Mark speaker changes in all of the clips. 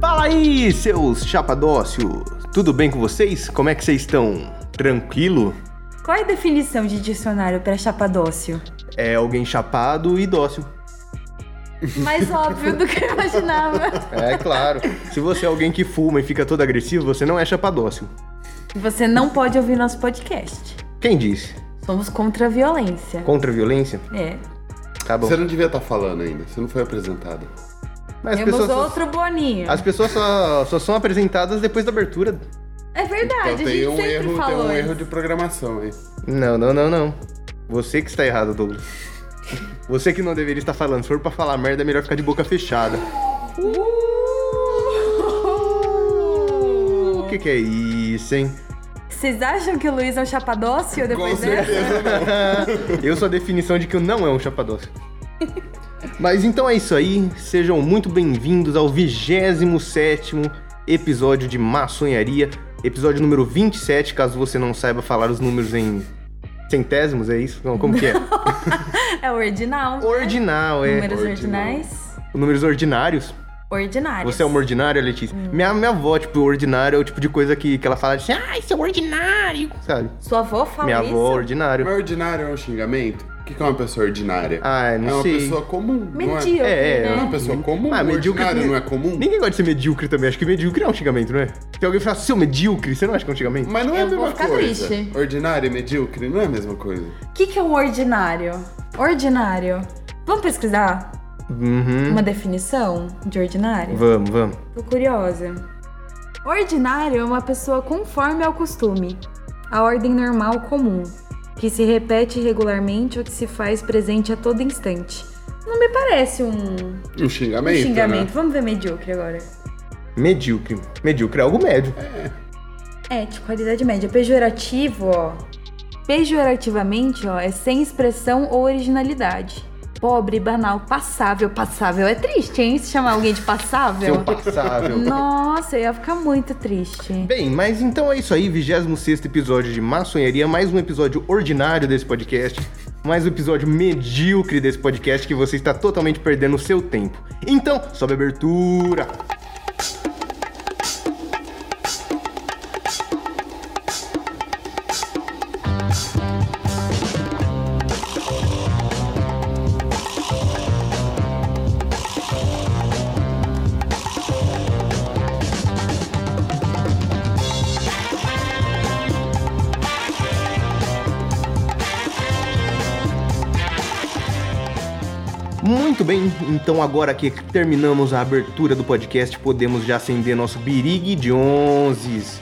Speaker 1: Fala aí, seus chapadócios! Tudo bem com vocês? Como é que vocês estão? Tranquilo?
Speaker 2: Qual é a definição de dicionário para chapadócio?
Speaker 1: É alguém chapado e dócil.
Speaker 2: Mais óbvio do que eu imaginava.
Speaker 1: É claro. Se você é alguém que fuma e fica todo agressivo, você não é chapadócio.
Speaker 2: Você não pode ouvir nosso podcast.
Speaker 1: Quem disse?
Speaker 2: Somos contra a violência.
Speaker 1: Contra a violência?
Speaker 2: É.
Speaker 1: Tá bom.
Speaker 3: Você não devia estar falando ainda, você não foi apresentada.
Speaker 1: Mas as
Speaker 2: Temos
Speaker 1: pessoas, só,
Speaker 2: outro boninho.
Speaker 1: as pessoas só, só são apresentadas depois da abertura.
Speaker 2: É verdade,
Speaker 3: Então
Speaker 2: a gente
Speaker 3: tem um
Speaker 2: sempre
Speaker 3: erro, tem
Speaker 2: falou
Speaker 3: um erro
Speaker 2: isso.
Speaker 3: de programação aí.
Speaker 1: Não, não, não, não. Você que está errado, Douglas. Você que não deveria estar falando. Se for pra falar merda, é melhor ficar de boca fechada. O que que é isso, hein?
Speaker 2: Vocês acham que o Luiz é um chapadócio depois
Speaker 3: Com
Speaker 2: dessa?
Speaker 3: certeza não.
Speaker 1: Eu sou a definição de que eu não é um chapadócio. Mas então é isso aí. Sejam muito bem-vindos ao 27 episódio de Maçonharia. Episódio número 27, caso você não saiba falar os números em centésimos, é isso? Não, como que é?
Speaker 2: É o ordinal. né?
Speaker 1: Ordinal, é.
Speaker 2: Números
Speaker 3: ordinal.
Speaker 2: ordinais.
Speaker 1: Números ordinários.
Speaker 2: Ordinários.
Speaker 1: Você é uma ordinária, Letícia?
Speaker 2: Hum.
Speaker 1: Minha, minha avó, tipo, ordinário é o tipo de coisa que, que ela fala assim, ai, seu ordinário, sabe?
Speaker 2: Sua avó fala
Speaker 1: minha
Speaker 2: isso?
Speaker 1: avó, é ordinário.
Speaker 3: Mas ordinário é um xingamento? O que que é uma pessoa ordinária?
Speaker 1: Ah, não
Speaker 3: é uma
Speaker 1: sei.
Speaker 3: pessoa comum.
Speaker 2: Mentiu,
Speaker 3: Não é...
Speaker 1: É, é,
Speaker 3: Não é uma
Speaker 2: né?
Speaker 3: pessoa comum.
Speaker 1: Ah, medíocre-
Speaker 3: ordinário não é comum.
Speaker 1: Ninguém gosta de ser medíocre também. Acho que medíocre é um xingamento, não é? Se alguém falar seu medíocre, você não acha que é um xingamento?
Speaker 3: Mas não é
Speaker 2: Eu
Speaker 3: a
Speaker 2: vou
Speaker 3: mesma
Speaker 2: ficar
Speaker 3: coisa.
Speaker 2: triste.
Speaker 3: Ordinário e medíocre não é a mesma coisa.
Speaker 2: O que, que é um ordinário? Ordinário. Vamos pesquisar
Speaker 1: Uhum.
Speaker 2: uma definição de ordinário?
Speaker 1: Vamos, vamos.
Speaker 2: Tô curiosa. Ordinário é uma pessoa conforme ao costume, a ordem normal comum, que se repete regularmente ou que se faz presente a todo instante. Não me parece um,
Speaker 3: Um
Speaker 2: um
Speaker 3: xingamento,
Speaker 2: xingamento.
Speaker 3: né?
Speaker 2: Vamos ver medíocre agora.
Speaker 1: Medíocre. Medíocre é algo médio.
Speaker 2: É, de qualidade média. Pejorativo, ó. Pejorativamente, ó, é sem expressão ou originalidade. Pobre, banal, passável. Passável é triste, hein? Se chamar alguém de
Speaker 1: É. Seu
Speaker 2: passável.
Speaker 1: passável.
Speaker 2: Nossa, eu ia ficar muito triste.
Speaker 1: Bem, mas então é isso aí, 26 episódio de Maçonharia, mais um episódio ordinário desse podcast, mais um episódio medíocre desse podcast que você está totalmente perdendo o seu tempo. Então, sobe a abertura! Muito bem, então agora que terminamos a abertura do podcast, podemos já acender nosso birigue de onzes.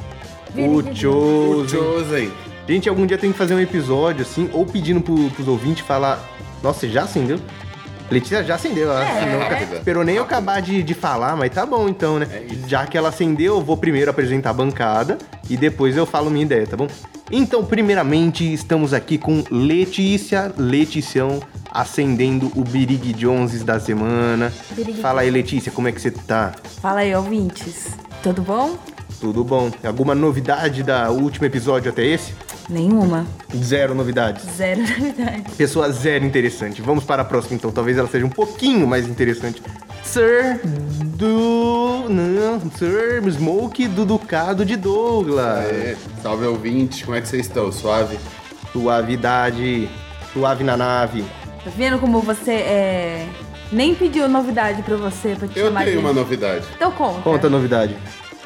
Speaker 2: Birigue
Speaker 1: O
Speaker 2: de
Speaker 3: O
Speaker 1: Chosen.
Speaker 3: Josen.
Speaker 1: Gente, algum dia tem que fazer um episódio assim, ou pedindo pro, pros ouvintes falar. Nossa, você já acendeu? Letícia já acendeu, ela assinou.
Speaker 3: rápida.
Speaker 1: Esperou nem eu acabar de, de falar, mas tá bom então, né? já que ela acendeu, eu vou primeiro apresentar a bancada e depois eu falo minha ideia, tá bom? Então, primeiramente, estamos aqui com Letícia, Leticião, acendendo o Birig Joneses da semana.
Speaker 2: Birigue.
Speaker 1: Fala aí, Letícia, como é que você tá?
Speaker 2: Fala aí, ouvintes. Tudo bom?
Speaker 1: Tudo bom? Alguma novidade da último episódio até esse?
Speaker 2: Nenhuma.
Speaker 1: Zero novidades.
Speaker 2: Zero novidade.
Speaker 1: Pessoa zero interessante. Vamos para a próxima, então. Talvez ela seja um pouquinho mais interessante. Sir do. Não, Sir Smoke do Ducado de Douglas.
Speaker 3: É, salve ouvinte, como é que vocês estão? Suave?
Speaker 1: Suavidade. Suave na nave.
Speaker 2: Tá vendo como você é. Nem pediu novidade pra você pra te
Speaker 3: Eu
Speaker 2: chamar
Speaker 3: tenho
Speaker 2: de.
Speaker 3: uma novidade.
Speaker 2: Então conta.
Speaker 1: Conta a novidade.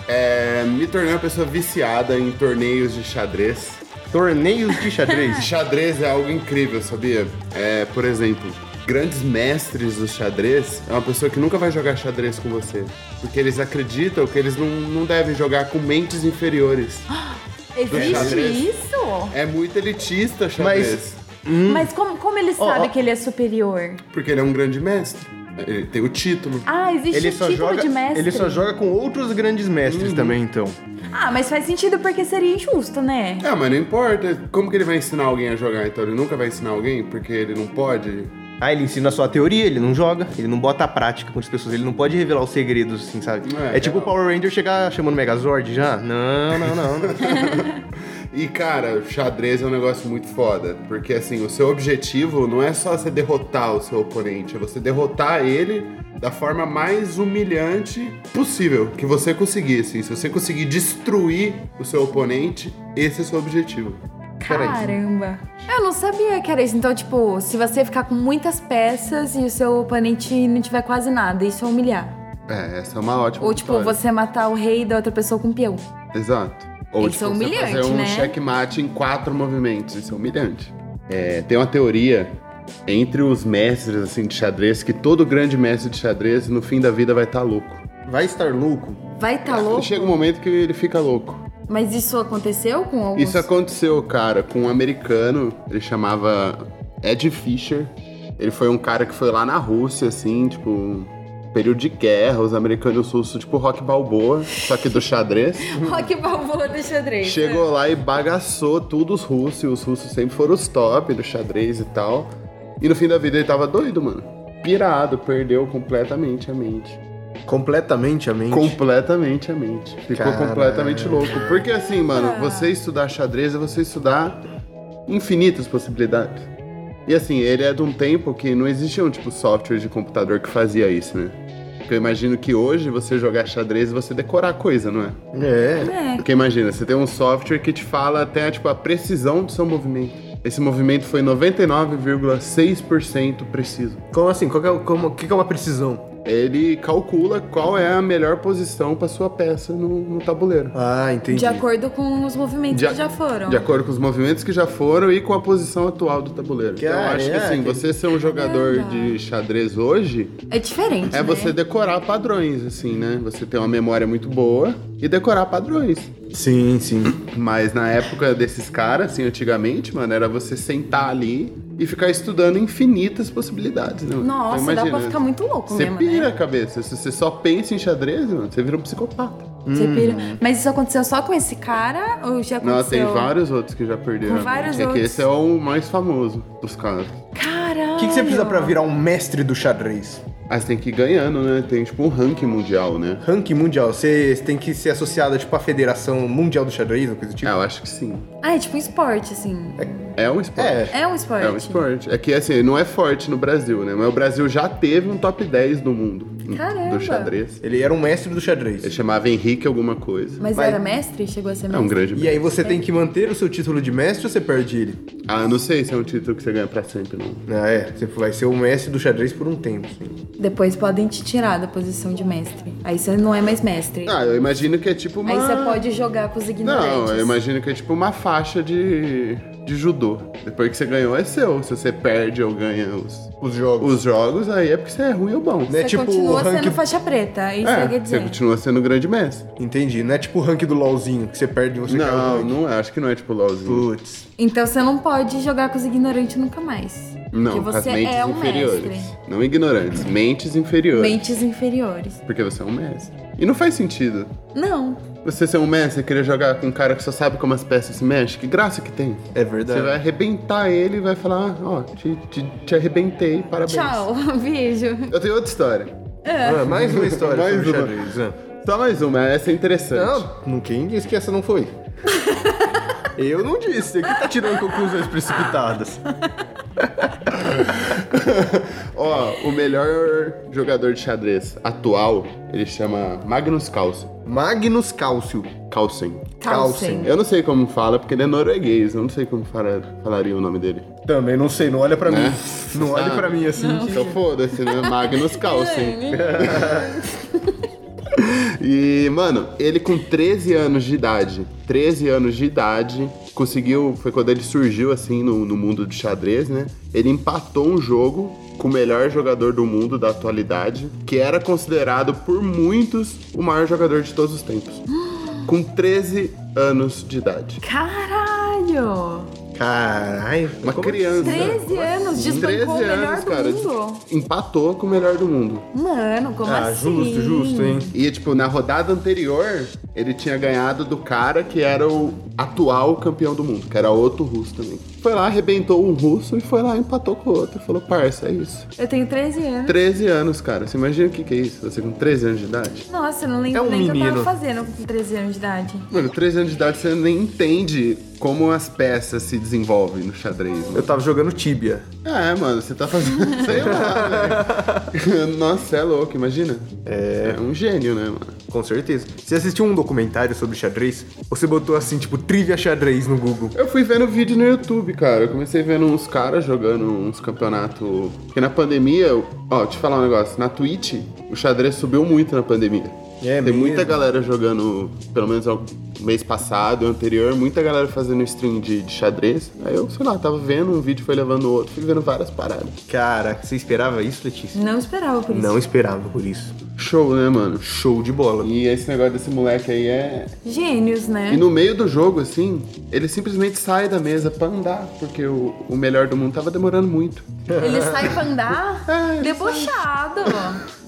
Speaker 3: É, me tornei uma pessoa viciada em torneios de xadrez.
Speaker 1: Torneios de xadrez.
Speaker 3: Xadrez é algo incrível, sabia? É, por exemplo, grandes mestres do xadrez é uma pessoa que nunca vai jogar xadrez com você. Porque eles acreditam que eles não, não devem jogar com mentes inferiores.
Speaker 2: Existe
Speaker 3: xadrez.
Speaker 2: isso?
Speaker 3: É muito elitista xadrez.
Speaker 2: Mas como, como ele sabe
Speaker 1: Hum. ó.
Speaker 2: que ele é superior?
Speaker 3: Porque ele é um grande mestre. Ele tem o título.
Speaker 2: Ah, existe
Speaker 1: Ele
Speaker 2: o
Speaker 1: só,
Speaker 2: título
Speaker 1: joga,
Speaker 2: de mestre.
Speaker 1: ele só joga com outros grandes mestres também, então.
Speaker 2: Ah, mas faz sentido porque seria injusto, né?
Speaker 3: Ah, mas não importa. Como que ele vai ensinar alguém a jogar? Então ele nunca vai ensinar alguém porque ele não pode?
Speaker 1: Ah, ele ensina só a teoria, ele não joga, ele não bota a prática com as pessoas, ele não pode revelar os segredos, assim, sabe?
Speaker 3: É,
Speaker 1: É, tipo o
Speaker 3: legal.
Speaker 1: Power Ranger chegar chamando Megazord já? Não, não, não. não.
Speaker 3: E, cara, xadrez é um negócio muito foda. Porque, assim, o seu objetivo não é só você derrotar o seu oponente, é você derrotar ele da forma mais humilhante possível que você conseguir, assim. Se você conseguir destruir o seu oponente, esse é o seu objetivo.
Speaker 2: Caramba. Eu não sabia que era isso. Então, tipo, se você ficar com muitas peças e o seu oponente não tiver quase nada, isso é humilhar.
Speaker 3: É, essa é uma ótima
Speaker 2: Ou, tipo,
Speaker 3: vitória.
Speaker 2: você matar o rei da outra pessoa com um peão.
Speaker 3: Exato. Ou,
Speaker 2: Isso é
Speaker 3: você
Speaker 2: humilhante,
Speaker 3: fazer um
Speaker 2: né?
Speaker 3: checkmate em quatro movimentos. Isso é humilhante. É, tem uma teoria entre os mestres assim, de xadrez que todo grande mestre de xadrez no fim da vida vai estar louco.
Speaker 1: Vai estar louco?
Speaker 2: Vai tá louco?
Speaker 3: Chega um momento que ele fica louco.
Speaker 2: Mas isso aconteceu com alguns?
Speaker 3: Isso aconteceu, cara, com um americano, ele chamava Ed Fisher. Ele foi um cara que foi lá na Rússia, assim, tipo, um período de guerra, os americanos russo, tipo, rock balboa, só que do xadrez.
Speaker 2: Rock Balboa do xadrez.
Speaker 3: Chegou lá e bagaçou todos os russos, e os russos sempre foram os top do xadrez e tal. E no fim da vida ele tava doido, mano. Pirado, perdeu completamente a mente.
Speaker 1: Completamente, amém.
Speaker 3: Completamente a mente. Ficou
Speaker 1: Caralho.
Speaker 3: completamente louco. Porque assim, mano, você estudar xadrez é você estudar infinitas possibilidades. E assim, ele é de um tempo que não existiam, tipo, softwares de computador que fazia isso, né? Porque eu imagino que hoje você jogar xadrez e você decorar coisa, não é?
Speaker 1: É.
Speaker 2: É.
Speaker 3: Porque imagina, você tem um software que te fala até tipo, a precisão do seu movimento. Esse movimento foi 99,6% preciso.
Speaker 1: Como assim? Qual que é, o- como, o que que é uma precisão?
Speaker 3: Ele calcula qual é a melhor posição para sua peça no, no tabuleiro.
Speaker 1: Ah, entendi.
Speaker 2: De acordo com os movimentos
Speaker 3: De a-
Speaker 2: que já foram.
Speaker 3: De acordo com os movimentos que já foram e com a posição atual do tabuleiro. então, eu
Speaker 1: Cara,
Speaker 3: acho que
Speaker 1: é,
Speaker 3: assim,
Speaker 1: tem-
Speaker 3: você ser um jogador de xadrez hoje
Speaker 2: É diferente,
Speaker 3: é
Speaker 2: né?
Speaker 3: você decorar padrões, assim, né? Você ter uma memória muito boa e decorar padrões.
Speaker 1: Sim, sim.
Speaker 3: Mas na época desses caras, assim, antigamente, mano, era você sentar ali e ficar estudando infinitas possibilidades, né? mano?
Speaker 2: Nossa,
Speaker 3: Então,
Speaker 2: dá
Speaker 3: imagina,
Speaker 2: pra ficar muito louco
Speaker 3: Você
Speaker 2: mesmo,
Speaker 3: pira
Speaker 2: né?
Speaker 3: a cabeça. Se você só pensa em xadrez, mano, você vira um psicopata.
Speaker 2: Você pira. Mas isso aconteceu só com esse cara ou já aconteceu?
Speaker 3: Uhum. Não, tem vários outros que já perderam.
Speaker 2: Com vários
Speaker 3: é que
Speaker 2: outros.
Speaker 3: esse é o mais famoso dos caras.
Speaker 2: Caralho!
Speaker 1: O que, que você precisa pra virar um mestre do xadrez?
Speaker 3: Aí você tem que ir ganhando, né? Tem tipo um ranking mundial, né?
Speaker 1: Ranking mundial. Você tem que ser associado, tipo, à Federação Mundial do Xadrez, uma coisa do
Speaker 3: É,
Speaker 1: tipo.
Speaker 3: eu acho que sim.
Speaker 2: Ah, é tipo um esporte, assim.
Speaker 3: É um esporte.
Speaker 1: É.
Speaker 2: É um esporte.
Speaker 3: É um esporte. É que assim, não é forte no Brasil, né? Mas o Brasil já teve um top 10 do mundo
Speaker 2: Caramba.
Speaker 3: do xadrez.
Speaker 1: Ele era um mestre do xadrez.
Speaker 3: Ele chamava Henrique alguma coisa.
Speaker 2: Mas,
Speaker 1: Mas-
Speaker 2: era mestre? Chegou a ser
Speaker 3: É
Speaker 2: mestre?
Speaker 3: um grande.
Speaker 1: E aí você tem que manter o seu título de mestre ou você perde ele?
Speaker 3: Ah, não sei se é um título que você ganha pra sempre, não.
Speaker 1: Ah, é. Você vai ser o mestre do xadrez por um tempo. sim.
Speaker 2: Depois podem te tirar da posição de mestre. Aí você não é mais mestre.
Speaker 3: Ah, eu imagino que é tipo uma.
Speaker 2: Aí você pode jogar com os ignorantes.
Speaker 3: Não, eu imagino que é tipo uma faixa de, de judô. Depois que você ganhou, é seu. Se você perde ou ganha os,
Speaker 1: Os jogos.
Speaker 3: os jogos, aí é porque você é ruim ou bom.
Speaker 1: Né?
Speaker 2: Você
Speaker 1: É tipo
Speaker 2: continua
Speaker 1: o ranking-
Speaker 2: sendo faixa preta. Aí
Speaker 3: É,
Speaker 2: você quer
Speaker 3: você
Speaker 2: dizer.
Speaker 3: continua sendo um grande mestre.
Speaker 1: Entendi. Não é tipo o rank do LOLzinho, que você perde e você cai no
Speaker 3: não,
Speaker 1: ranking.
Speaker 3: não é, acho que não é tipo LOLzinho.
Speaker 1: Putz.
Speaker 2: Então você não pode jogar com os ignorantes nunca mais.
Speaker 3: Não,
Speaker 2: porque
Speaker 3: com as
Speaker 2: você
Speaker 3: mentes
Speaker 2: é um
Speaker 3: inferiores.
Speaker 2: mestre.
Speaker 3: Não ignorantes, mentes inferiores.
Speaker 2: Mentes inferiores.
Speaker 3: Porque você é um mestre. E não faz sentido.
Speaker 2: Não.
Speaker 3: Você ser um mestre e querer jogar com um cara que só sabe como as peças se mexem, que graça que tem.
Speaker 1: É
Speaker 3: Você
Speaker 1: verdade.
Speaker 3: vai arrebentar ele e vai falar, ó, te, te, te arrebentei, parabéns.
Speaker 2: Tchau. Beijo.
Speaker 3: Eu tenho outra história.
Speaker 1: Ah, mais uma história
Speaker 3: Mais
Speaker 1: sobre
Speaker 3: uma.
Speaker 1: xadrez. ah.
Speaker 3: Só mais uma, essa é interessante.
Speaker 1: Não, não, quem disse que essa não foi? Eu não disse. Você que tá tirando conclusões precipitadas.
Speaker 3: Ó, o melhor jogador de xadrez atual, ele chama Magnus Carlsen.
Speaker 1: Magnus Cálcio.
Speaker 3: Carlsen.
Speaker 1: Carlsen.
Speaker 3: Eu não sei como fala, porque ele é norueguês, eu não sei como fala- falaria o nome dele.
Speaker 1: Também não sei, não olha pra
Speaker 3: Né?
Speaker 1: mim. Não olhe
Speaker 3: Sabe?
Speaker 1: pra mim assim. que-
Speaker 3: Então foda-se, né? Magnus Carlsen. E, mano, ele com 13 anos de idade, 13 anos de idade, conseguiu, foi quando ele surgiu, assim, no, no mundo do xadrez, né? Ele empatou um jogo com o melhor jogador do mundo da atualidade, que era considerado por muitos o maior jogador de todos os tempos. Com 13 anos de idade.
Speaker 2: Caralho!
Speaker 1: Caralho.
Speaker 3: Uma
Speaker 1: como-
Speaker 3: criança.
Speaker 2: 13 assim? anos, desbancou o melhor do mundo.
Speaker 3: Empatou com o melhor do mundo.
Speaker 2: Mano, como
Speaker 1: Ah,
Speaker 2: assim?
Speaker 1: justo, justo, hein?
Speaker 3: E, tipo, na rodada anterior, ele tinha ganhado do cara que era o atual campeão do mundo, que era outro russo também. Foi lá, arrebentou um russo e foi lá, empatou com o outro. Falou, parça, é isso.
Speaker 2: Eu tenho 13 anos.
Speaker 3: 13 anos, cara. Você imagina o que, que é isso? Você com 13 anos de idade?
Speaker 2: Nossa, eu não lembro
Speaker 1: É um
Speaker 2: nem o que eu tava
Speaker 1: menino.
Speaker 2: fazendo com 13 anos de idade.
Speaker 3: Mano, 13 anos de idade você nem entende como as peças se desenvolvem no xadrez. Mano.
Speaker 1: Eu tava jogando Tibia.
Speaker 3: É, mano, você tá fazendo. sei lá, velho. Nossa, você é louco, imagina. É. um gênio, né, mano?
Speaker 1: Com certeza. Você assistiu um documentário sobre xadrez? Você botou assim, tipo, trivia xadrez no Google.
Speaker 3: Eu fui vendo vídeo no YouTube, cara. Eu comecei vendo uns caras jogando uns campeonatos. Porque na pandemia, eu- ó, deixa eu te falar um negócio. Na Twitch, o xadrez subiu muito na pandemia.
Speaker 1: É
Speaker 3: Tem
Speaker 1: mesmo?
Speaker 3: muita galera jogando, pelo menos ao mês passado, anterior, muita galera fazendo stream de, de xadrez. Aí eu, sei lá, tava vendo um vídeo, foi levando o outro, fui vendo várias paradas.
Speaker 1: Cara, você esperava isso, Letícia?
Speaker 2: Não esperava por isso.
Speaker 1: Não esperava por isso.
Speaker 3: Show, né, mano?
Speaker 1: Show de bola.
Speaker 3: E esse negócio desse moleque aí é,
Speaker 2: Gênios, né?
Speaker 3: E no meio do jogo, assim, ele simplesmente sai da mesa pra andar, porque o, o melhor do mundo tava demorando muito.
Speaker 2: Ele sai pra andar
Speaker 3: É, ele
Speaker 2: debochado.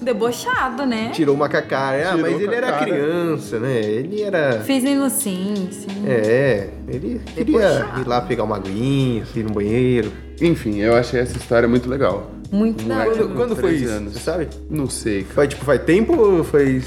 Speaker 2: Debochado, né?
Speaker 1: Tirou uma cacara. Ah,
Speaker 3: Tirou
Speaker 1: mas ele era
Speaker 3: cacara.
Speaker 1: criança, né? Ele era.
Speaker 2: Fez inocência.
Speaker 1: É, ele queria
Speaker 2: Debochado.
Speaker 1: ir lá pegar uma aguinha, ir no banheiro.
Speaker 3: Enfim, eu achei essa história muito legal.
Speaker 2: Muito da
Speaker 3: Moleque.
Speaker 2: hora.
Speaker 1: Quando, quando foi
Speaker 3: 13
Speaker 1: isso?
Speaker 3: anos.
Speaker 1: Você sabe?
Speaker 3: Não sei, cara.
Speaker 1: Foi tipo, faz tempo ou foi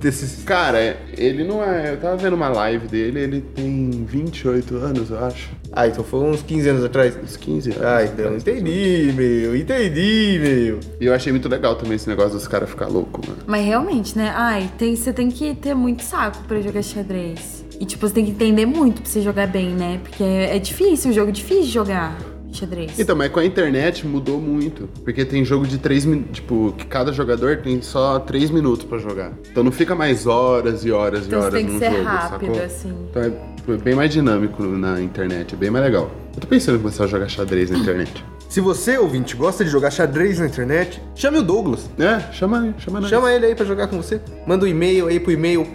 Speaker 1: desses.
Speaker 3: Cara, ele não é. Eu tava vendo uma live dele, ele tem 28 anos, eu acho.
Speaker 1: Ah, então foi uns 15 anos atrás.
Speaker 3: Uns 15 anos.
Speaker 1: Ah, então entendi, meu. Entendi, meu.
Speaker 3: E eu achei muito legal também esse negócio dos caras ficar louco, mano.
Speaker 2: Mas realmente, né? Ai, tem, você tem que ter muito saco pra jogar xadrez. E, tipo, você tem que entender muito pra você jogar bem, né? Porque é, é difícil, um jogo difícil de jogar xadrez.
Speaker 3: Então, mas com a internet mudou muito. Porque tem jogo de três minutos. Tipo, que cada jogador tem só três minutos pra jogar. Então não fica mais horas e horas
Speaker 2: Então
Speaker 3: e
Speaker 2: você
Speaker 3: horas
Speaker 2: tem que
Speaker 3: num
Speaker 2: ser
Speaker 3: jogo,
Speaker 2: rápido,
Speaker 3: sacou?
Speaker 2: assim.
Speaker 3: Então é bem mais dinâmico na internet, é bem mais legal. Eu tô pensando em começar a jogar xadrez na internet.
Speaker 1: Se você, ouvinte, gosta de jogar xadrez na internet, chame o Douglas.
Speaker 3: É, chama, chama nós.
Speaker 1: Chama ele aí pra jogar com você. Manda um e-mail aí pro e-mail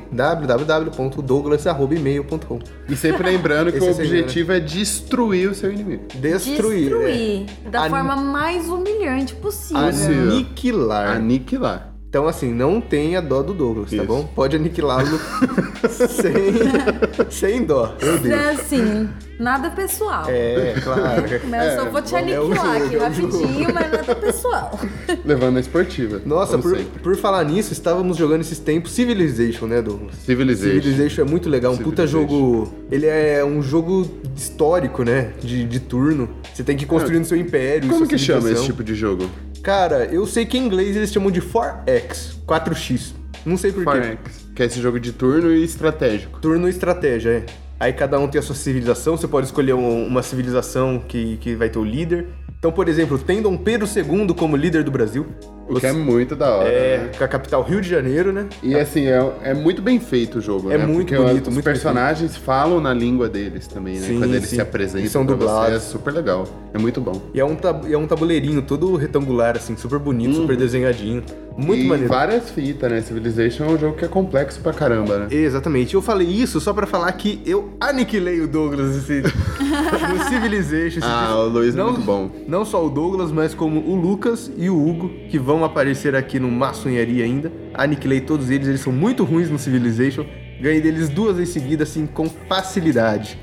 Speaker 1: www.douglas.e-mail.com.
Speaker 3: E sempre lembrando que
Speaker 1: Esse
Speaker 3: o
Speaker 1: é sem
Speaker 3: objetivo é destruir o seu inimigo.
Speaker 1: Destruir. é. né?
Speaker 2: Destruir. Da
Speaker 1: Ani-
Speaker 2: forma mais humilhante
Speaker 1: é.
Speaker 2: possível.
Speaker 3: Possível.
Speaker 1: Aniquilar.
Speaker 3: Aniquilar.
Speaker 1: Então, assim, não tenha dó do Douglas, tá
Speaker 3: Isso.
Speaker 1: bom? Pode aniquilá-lo sem, sem dó. Meu Deus.
Speaker 2: É assim, nada pessoal.
Speaker 1: É, claro.
Speaker 2: Mas eu só vou te
Speaker 1: é um
Speaker 2: aniquilar
Speaker 1: jogo,
Speaker 2: aqui
Speaker 1: é um jogo.
Speaker 2: rapidinho, mas nada pessoal.
Speaker 3: Levando a esportiva.
Speaker 1: Nossa,
Speaker 3: como
Speaker 1: por,
Speaker 3: sempre.
Speaker 1: por falar nisso, estávamos jogando esses tempos Civilization, né, Douglas?
Speaker 3: Civilization.
Speaker 1: Civilization é muito legal, um puta
Speaker 3: Civilization.
Speaker 1: jogo. Ele é um jogo histórico, né? De, de turno. Você tem que ir construindo seu império.
Speaker 3: É. Como
Speaker 1: sua
Speaker 3: que chama esse
Speaker 1: civilização.
Speaker 3: tipo de jogo?
Speaker 1: Cara, eu sei que em inglês eles chamam de 4X, 4X. Não sei por quê.
Speaker 3: Firex. Que é esse jogo de turno e estratégico.
Speaker 1: Turno e estratégia, é. Aí cada um tem a sua civilização, você pode escolher um- uma civilização que, que vai ter o líder. Então, por exemplo, tem Dom Pedro II como líder do Brasil.
Speaker 3: O que é muito da hora. né?
Speaker 1: É, com a capital Rio de Janeiro, né?
Speaker 3: E assim, é, é muito bem feito o jogo,
Speaker 1: É
Speaker 3: né?
Speaker 1: muito
Speaker 3: Porque
Speaker 1: bonito,
Speaker 3: Os
Speaker 1: muito
Speaker 3: personagens falam na língua deles também, né?
Speaker 1: Sim,
Speaker 3: Quando eles
Speaker 1: sim.
Speaker 3: se apresentam.
Speaker 1: E são
Speaker 3: pra você,
Speaker 1: dublados.
Speaker 3: é super legal. É muito bom.
Speaker 1: E é um, tab- e é um tabuleirinho todo retangular, assim, super bonito, super desenhadinho. Muito
Speaker 3: Uhum. e
Speaker 1: maneiro.
Speaker 3: várias fitas, né? Civilization é um jogo que é complexo pra caramba, né?
Speaker 1: Exatamente. Eu falei isso só pra falar que eu aniquilei o Douglas esse... no Civilization. esse
Speaker 3: Ah,
Speaker 1: dia.
Speaker 3: o Luiz é
Speaker 1: não,
Speaker 3: muito bom.
Speaker 1: Não só o Douglas, mas como o Lucas e o Hugo, que vão aparecer aqui no Maçonharia ainda. Aniquilei todos eles, eles são muito ruins no Civilization. Ganhei deles duas em seguida, assim, com facilidade.